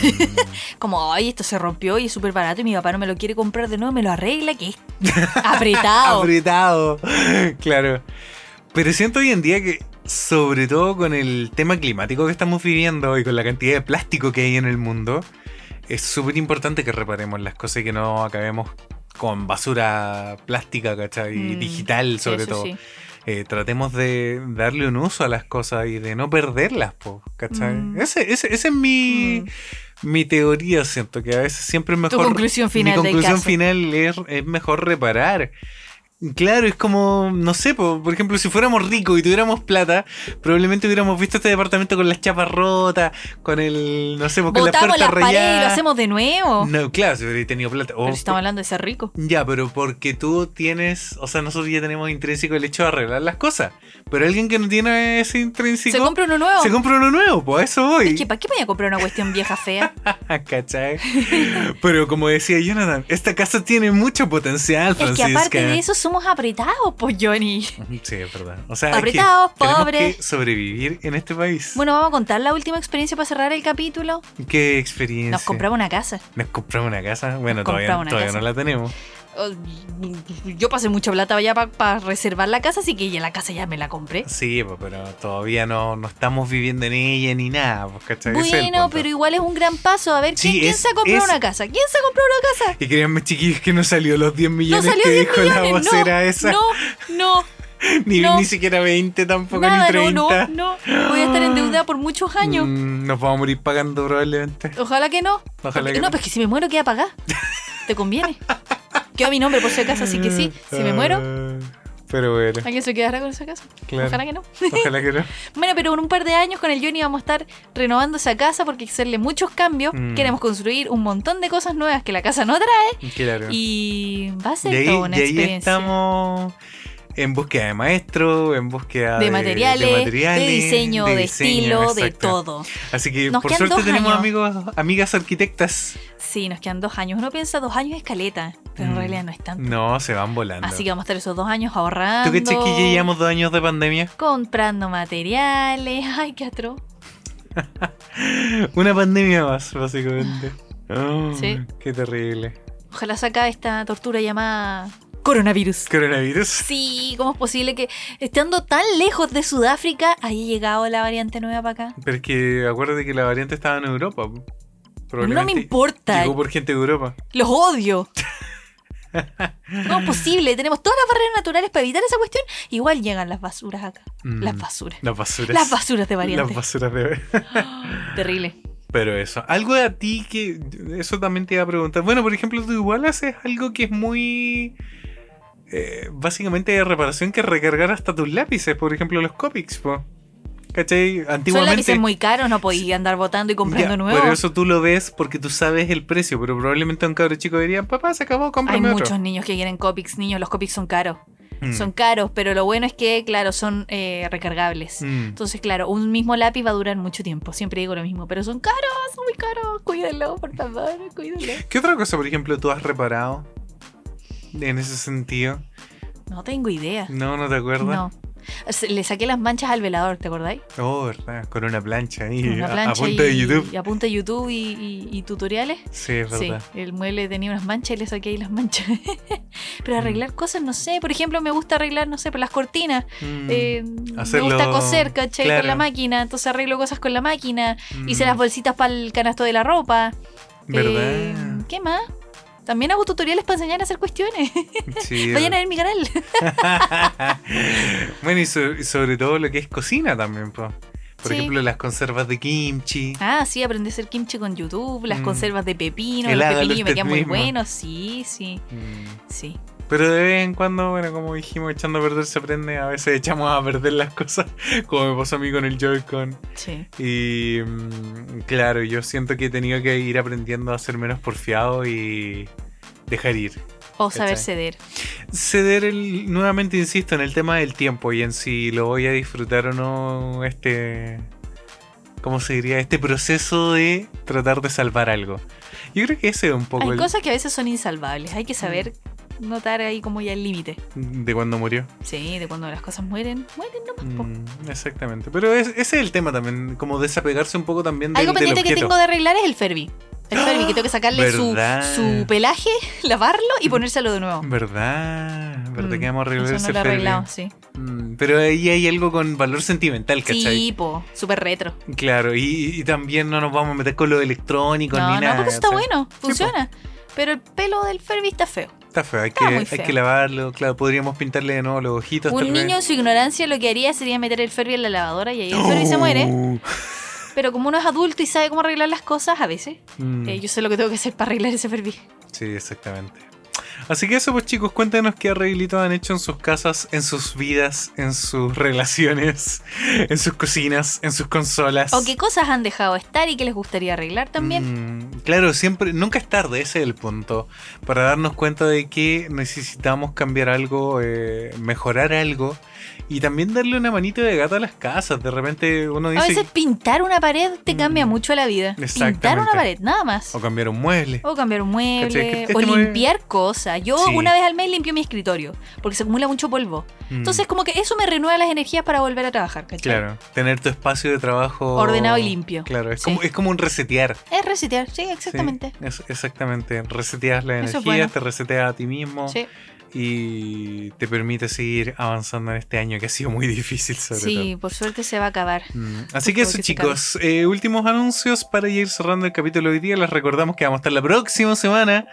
Como, ay, esto se rompió y es súper barato y mi papá no me lo quiere comprar de nuevo, me lo arregla, que es apretado.
Apretado. Claro. Pero siento hoy en día que, sobre todo con el tema climático que estamos viviendo y con la cantidad de plástico que hay en el mundo, es súper importante que reparemos las cosas y que no acabemos con basura plástica, ¿cachai? Y
Mm,
digital,
Sí,
sobre
eso
todo.
sí.
Eh, tratemos de darle un uso a las cosas y de no perderlas, po, ¿cachai?
Mm.
Ese, ese- esa es mi, mi teoría, siento que a veces siempre es mejor.
conclusión final
Mi
del
conclusión
caso.
final es, es mejor reparar. Claro, es como, no sé, po, por ejemplo, si fuéramos ricos y tuviéramos plata, probablemente hubiéramos visto este departamento con las chapas rotas, con el, no sé, po, con la
Botamos
puerta
las paredes y lo
rayada.
hacemos de nuevo.
No, claro, si hubiera tenido plata. O-
Pero si estamos hablando de ser rico.
ya, pero porque tú tienes, o sea, nosotros ya tenemos intrínseco el hecho de arreglar las cosas. Pero alguien que no tiene ese intrínseco
Se compra uno nuevo.
se compra uno nuevo, pues a eso voy.
Es que, ¿para qué me voy a comprar una cuestión vieja fea?
Ah, ¿Cachai? Pero como decía Jonathan, esta casa tiene mucho potencial,
es que
Francisca.
aparte de eso somos apretados, pues Johnny.
Sí, es verdad. O sea, es que
Apretados,
tenemos
pobres.
que sobrevivir en este país.
Bueno, vamos a contar la última experiencia para cerrar el capítulo.
Qué experiencia.
Nos compramos una casa.
Nos compramos una casa. Bueno,
Nos
todavía,
compramos una
todavía
casa.
no la tenemos.
Oh, Yo pasé mucha plata allá para reservar la casa, así que ya la casa ya me la compré.
Sí, po, pero todavía no, no estamos viviendo en ella ni nada, pues, ¿cachai? Ese es el
Bueno,
punto.
pero igual es un gran paso. A ver,
Sí,
¿quién, quién
es-
se ha comprado
es-
una casa? ¿Quién se ha comprado una casa?
Y créanme, chiquillos, que no salió los 10
No
millones
salió
que
10
este dijo la
millones.
vocera esa.
No, no,
ni,
no.
ni siquiera 20
no.
tampoco,
Nada,
ni
no,
30.
no, no. Voy a estar endeudada por muchos años.
Mm, nos vamos a morir pagando probablemente.
Ojalá que no.
Ojalá que
no,
no.
pues que si me muero queda pagada. Te conviene. Queda mi nombre por si acaso, así que sí. Si me muero,
Ah, Pero bueno,
alguien se quedará con esa casa.
Claro.
Ojalá que no.
ojalá que no.
Bueno, pero en un par de años con el Johnny vamos a estar renovando esa casa porque hay que hacerle muchos cambios.
Mm.
Queremos construir un montón de cosas nuevas que la casa no trae.
Claro.
Y va a ser
y ahí,
toda una
y ahí
experiencia.
estamos en búsqueda de maestro, en búsqueda
de materiales, de,
materiales,
diseño, de,
diseño,
estilo, de
exacto.
todo.
Así que
Nos
por
quedan
suerte
dos
tenemos
años.
amigos, amigas arquitectas.
Sí, nos quedan dos años. Uno piensa dos años es caleta, pero en
Mm.
realidad no es tanto.
No, se van volando.
Así que vamos a estar esos dos años ahorrando.
¿Tú qué que ya llevamos dos años de pandemia?
Comprando materiales. Ay, qué atroz.
Una pandemia más, básicamente. Oh,
Sí.
Qué terrible.
Ojalá saca esta tortura llamada coronavirus.
Coronavirus.
Sí, ¿cómo es posible que estando tan lejos de Sudáfrica haya llegado la variante nueva para acá?
Pero es que acuérdate que la variante estaba en Europa.
No me
Probablemente
importa,
Llegó por gente de Europa.
los odio. ¿Cómo es posible? Tenemos todas las barreras naturales para evitar esa cuestión. Igual llegan las basuras acá.
Mm,
Las basuras.
Las basuras.
Las basuras de
Las
variante.
basuras de
Terrible.
Pero eso. Algo de a ti que. Eso también te iba a preguntar. Bueno, por ejemplo, tú igual haces algo que es muy. eh, básicamente de reparación que recargar hasta tus lápices. Por ejemplo, los copics, po. ¿Cachai?
Son
Antiguamente.
lápices muy caros, no podéis andar votando y comprando
Ya,
nuevos.
Pero eso tú lo ves porque tú sabes el precio. Pero probablemente a un cabro chico diría: Papá, se acabó,
Hay
cómprame
muchos
otro.
niños que quieren Copics, niños, los Copics son caros.
Mm,
Son caros, pero lo bueno es que, claro, son eh, recargables.
mm.
Entonces, claro, un mismo lápiz va a durar mucho tiempo. Siempre digo lo mismo, pero son caros, son muy caros. Cuídenlo, por favor, cuídenlo.
¿Qué otra cosa, por ejemplo, tú has reparado? En ese sentido.
No tengo idea.
No, no te acuerdas.
No. Se- Le saqué las manchas al velador, ¿te acordáis?
Oh, verdad, con una plancha ahí,
Con una
a-
plancha
a punta de
y-
YouTube.
Y a punta de YouTube y, y- y tutoriales.
Sí, es
Sí,
verdad.
el mueble tenía unas manchas y le saqué ahí las manchas.
Mm.
Pero arreglar cosas, no sé. Por ejemplo, me gusta arreglar, no sé, por las cortinas.
Mm,
Eh,
Hacerlo-
Me gusta coser, ¿cachai? Con
claro.
la máquina. Entonces arreglo cosas con la máquina.
mm,
Hice las bolsitas para el canasto de la ropa. Eh,
¿Verdad?
¿Qué más? También hago tutoriales para enseñar a hacer cuestiones.
Sí,
Vayan a ver mi canal.
bueno, y, so- y sobre todo lo que es cocina también, po. Por
Sí.
ejemplo, las conservas de kimchi.
Ah, sí, aprendí a hacer kimchi con YouTube, las
Mm.
conservas de pepino,
El
los
hágalo
pepinillos me
usted
quedan muy
mismo.
buenos, sí, sí,
Mm.
sí.
Pero de vez en cuando, bueno, como dijimos, echando a perder se aprende. A veces echamos a perder las cosas, como me pasó a mí con el Joy-Con.
Sí.
Y mm, claro, yo siento que he tenido que ir aprendiendo a ser menos porfiado y dejar ir.
O saber
¿Cachai?
ceder.
Ceder, el, nuevamente insisto, en el tema del tiempo y en si lo voy a disfrutar o no este... ¿Cómo se diría? Este proceso de tratar de salvar algo. Yo creo que ese es un poco
Hay
el Mm.
cosas que a veces son insalvables, hay que saber notar ahí como ya el límite.
de cuando murió.
Sí, de cuando las cosas mueren, mueren nomás. po.
Mm, exactamente. Pero es- ese es el tema también, como desapegarse un poco también del,
Algo
del
pendiente que
objeto.
tengo de arreglar es el Ferbi. El Ferbi, que tengo que sacarle su,
¡Ah! ¿Verdad?
su pelaje, lavarlo y ponérselo de nuevo.
¿Verdad? ¿Verdad
Mm,
que vamos a arreglar
Eso
ese
no lo
Ferbi?
arreglamos, sí.
Mm, Pero ahí hay algo con valor sentimental, ¿cachai?
Sí, po, súper retro.
Claro, y, y también no nos vamos a meter con lo electrónico
No,
ni nada.
no, porque eso está
¿cachai?
bueno,
po.
funciona. Pero el pelo del Ferbi está feo.
Está feo, hay,
Está
que,
muy
hay
feo.
que lavarlo, claro, podríamos pintarle de nuevo los ojitos.
Un
tal vez.
niño en su ignorancia lo que haría sería meter el Ferbi en la lavadora y ahí el Ferbi se muere.
Oh.
Pero como uno es adulto y sabe cómo arreglar las cosas, a veces,
Mm.
eh, yo sé lo que tengo que hacer para arreglar ese Ferbi.
Sí, exactamente. Así que eso pues chicos, cuéntenos qué arreglitos han hecho en sus casas, en sus vidas, en sus relaciones, en sus cocinas, en sus consolas.
O qué cosas han dejado estar y que les gustaría arreglar también.
Mm, claro, siempre, nunca es tarde, ese es el punto. Para darnos cuenta de que necesitamos cambiar algo, eh, mejorar algo y también darle una manito de gato a las casas. De repente uno
a
dice...
veces pintar una pared te cambia
Mm.
mucho la vida. Pintar
Exactamente.
una pared, nada más.
O cambiar un mueble.
O cambiar un
¿Cachai? Que
mueble,
este
o
mueble-
limpiar cosas. Yo
Sí.
una vez al mes limpio mi escritorio, porque se acumula mucho polvo.
Mm,
Entonces, como que eso me renueva las energías para volver a trabajar, ¿cachai?
Claro, tener tu espacio de trabajo
Ordenado y limpio.
Claro, es,
Sí.
como, es como un resetear.
Es resetear, sí,
Sí,
exactamente.
es- exactamente. Reseteas la
Eso
energía,
es bueno.
te reseteas a ti mismo
Sí,
y te permite seguir avanzando en este año que ha sido muy difícil, sobre
Sí,
todo.
por suerte se va a acabar.
Mm, Así
Por
que
favor,
eso
que se
chicos, Eh, últimos anuncios para ir cerrando el capítulo de hoy día. Les recordamos que vamos a estar la próxima semana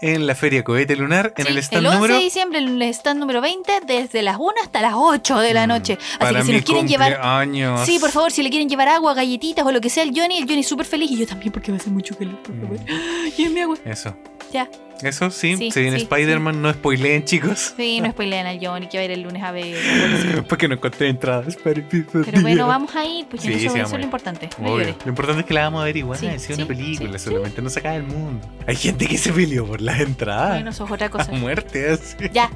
en la Feria Cohete Lunar, en
Sí,
el stand
11
número...
de diciembre, el stand número 20, desde las 1 hasta las 8 de la
Mm,
noche. Así
para
que si
mi
nos quieren llevar...
cumpleaños.
Sí, por favor, si le quieren llevar agua, galletitas o lo que sea, el Johnny, el Johnny es súper feliz y yo también porque va a hacer mucho calor, por favor.
Mm,
Y mi agua.
Eso.
Ya.
Eso, sí.
Sí,
Se viene
sí,
Spider-Man, no spoileen chicos.
Sí, no spoilean al Johnny que va a ir el lunes a ver.
Porque no encontré entradas para el
Pero bueno, vamos a ir, pues
Sí,
no
sí,
eso,
vamos
eso
a
es
ir.
lo importante. No
Obvio.
llores.
Lo importante es que la vamos a ver igual,
Sí,
ha sido
sí,
una película,
sí,
solamente no se acaba el mundo. Hay gente que se peleó por las entradas.
Bueno, eso es otra
a
cosa.
muerte, así.
Ya.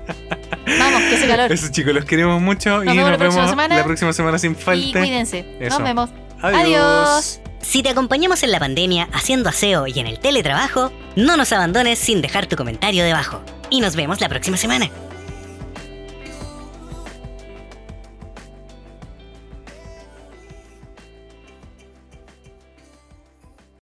Vamos, que hace calor.
Eso chicos, los queremos mucho y
Nos
nos
vemos la próxima
vemos
semana.
la próxima semana sin
Y
falta.
cuídense.
Eso.
Nos vemos. Adiós.
Si te acompañamos en la pandemia haciendo aseo y en el teletrabajo, no nos abandones sin dejar tu comentario debajo. Y nos vemos la próxima semana.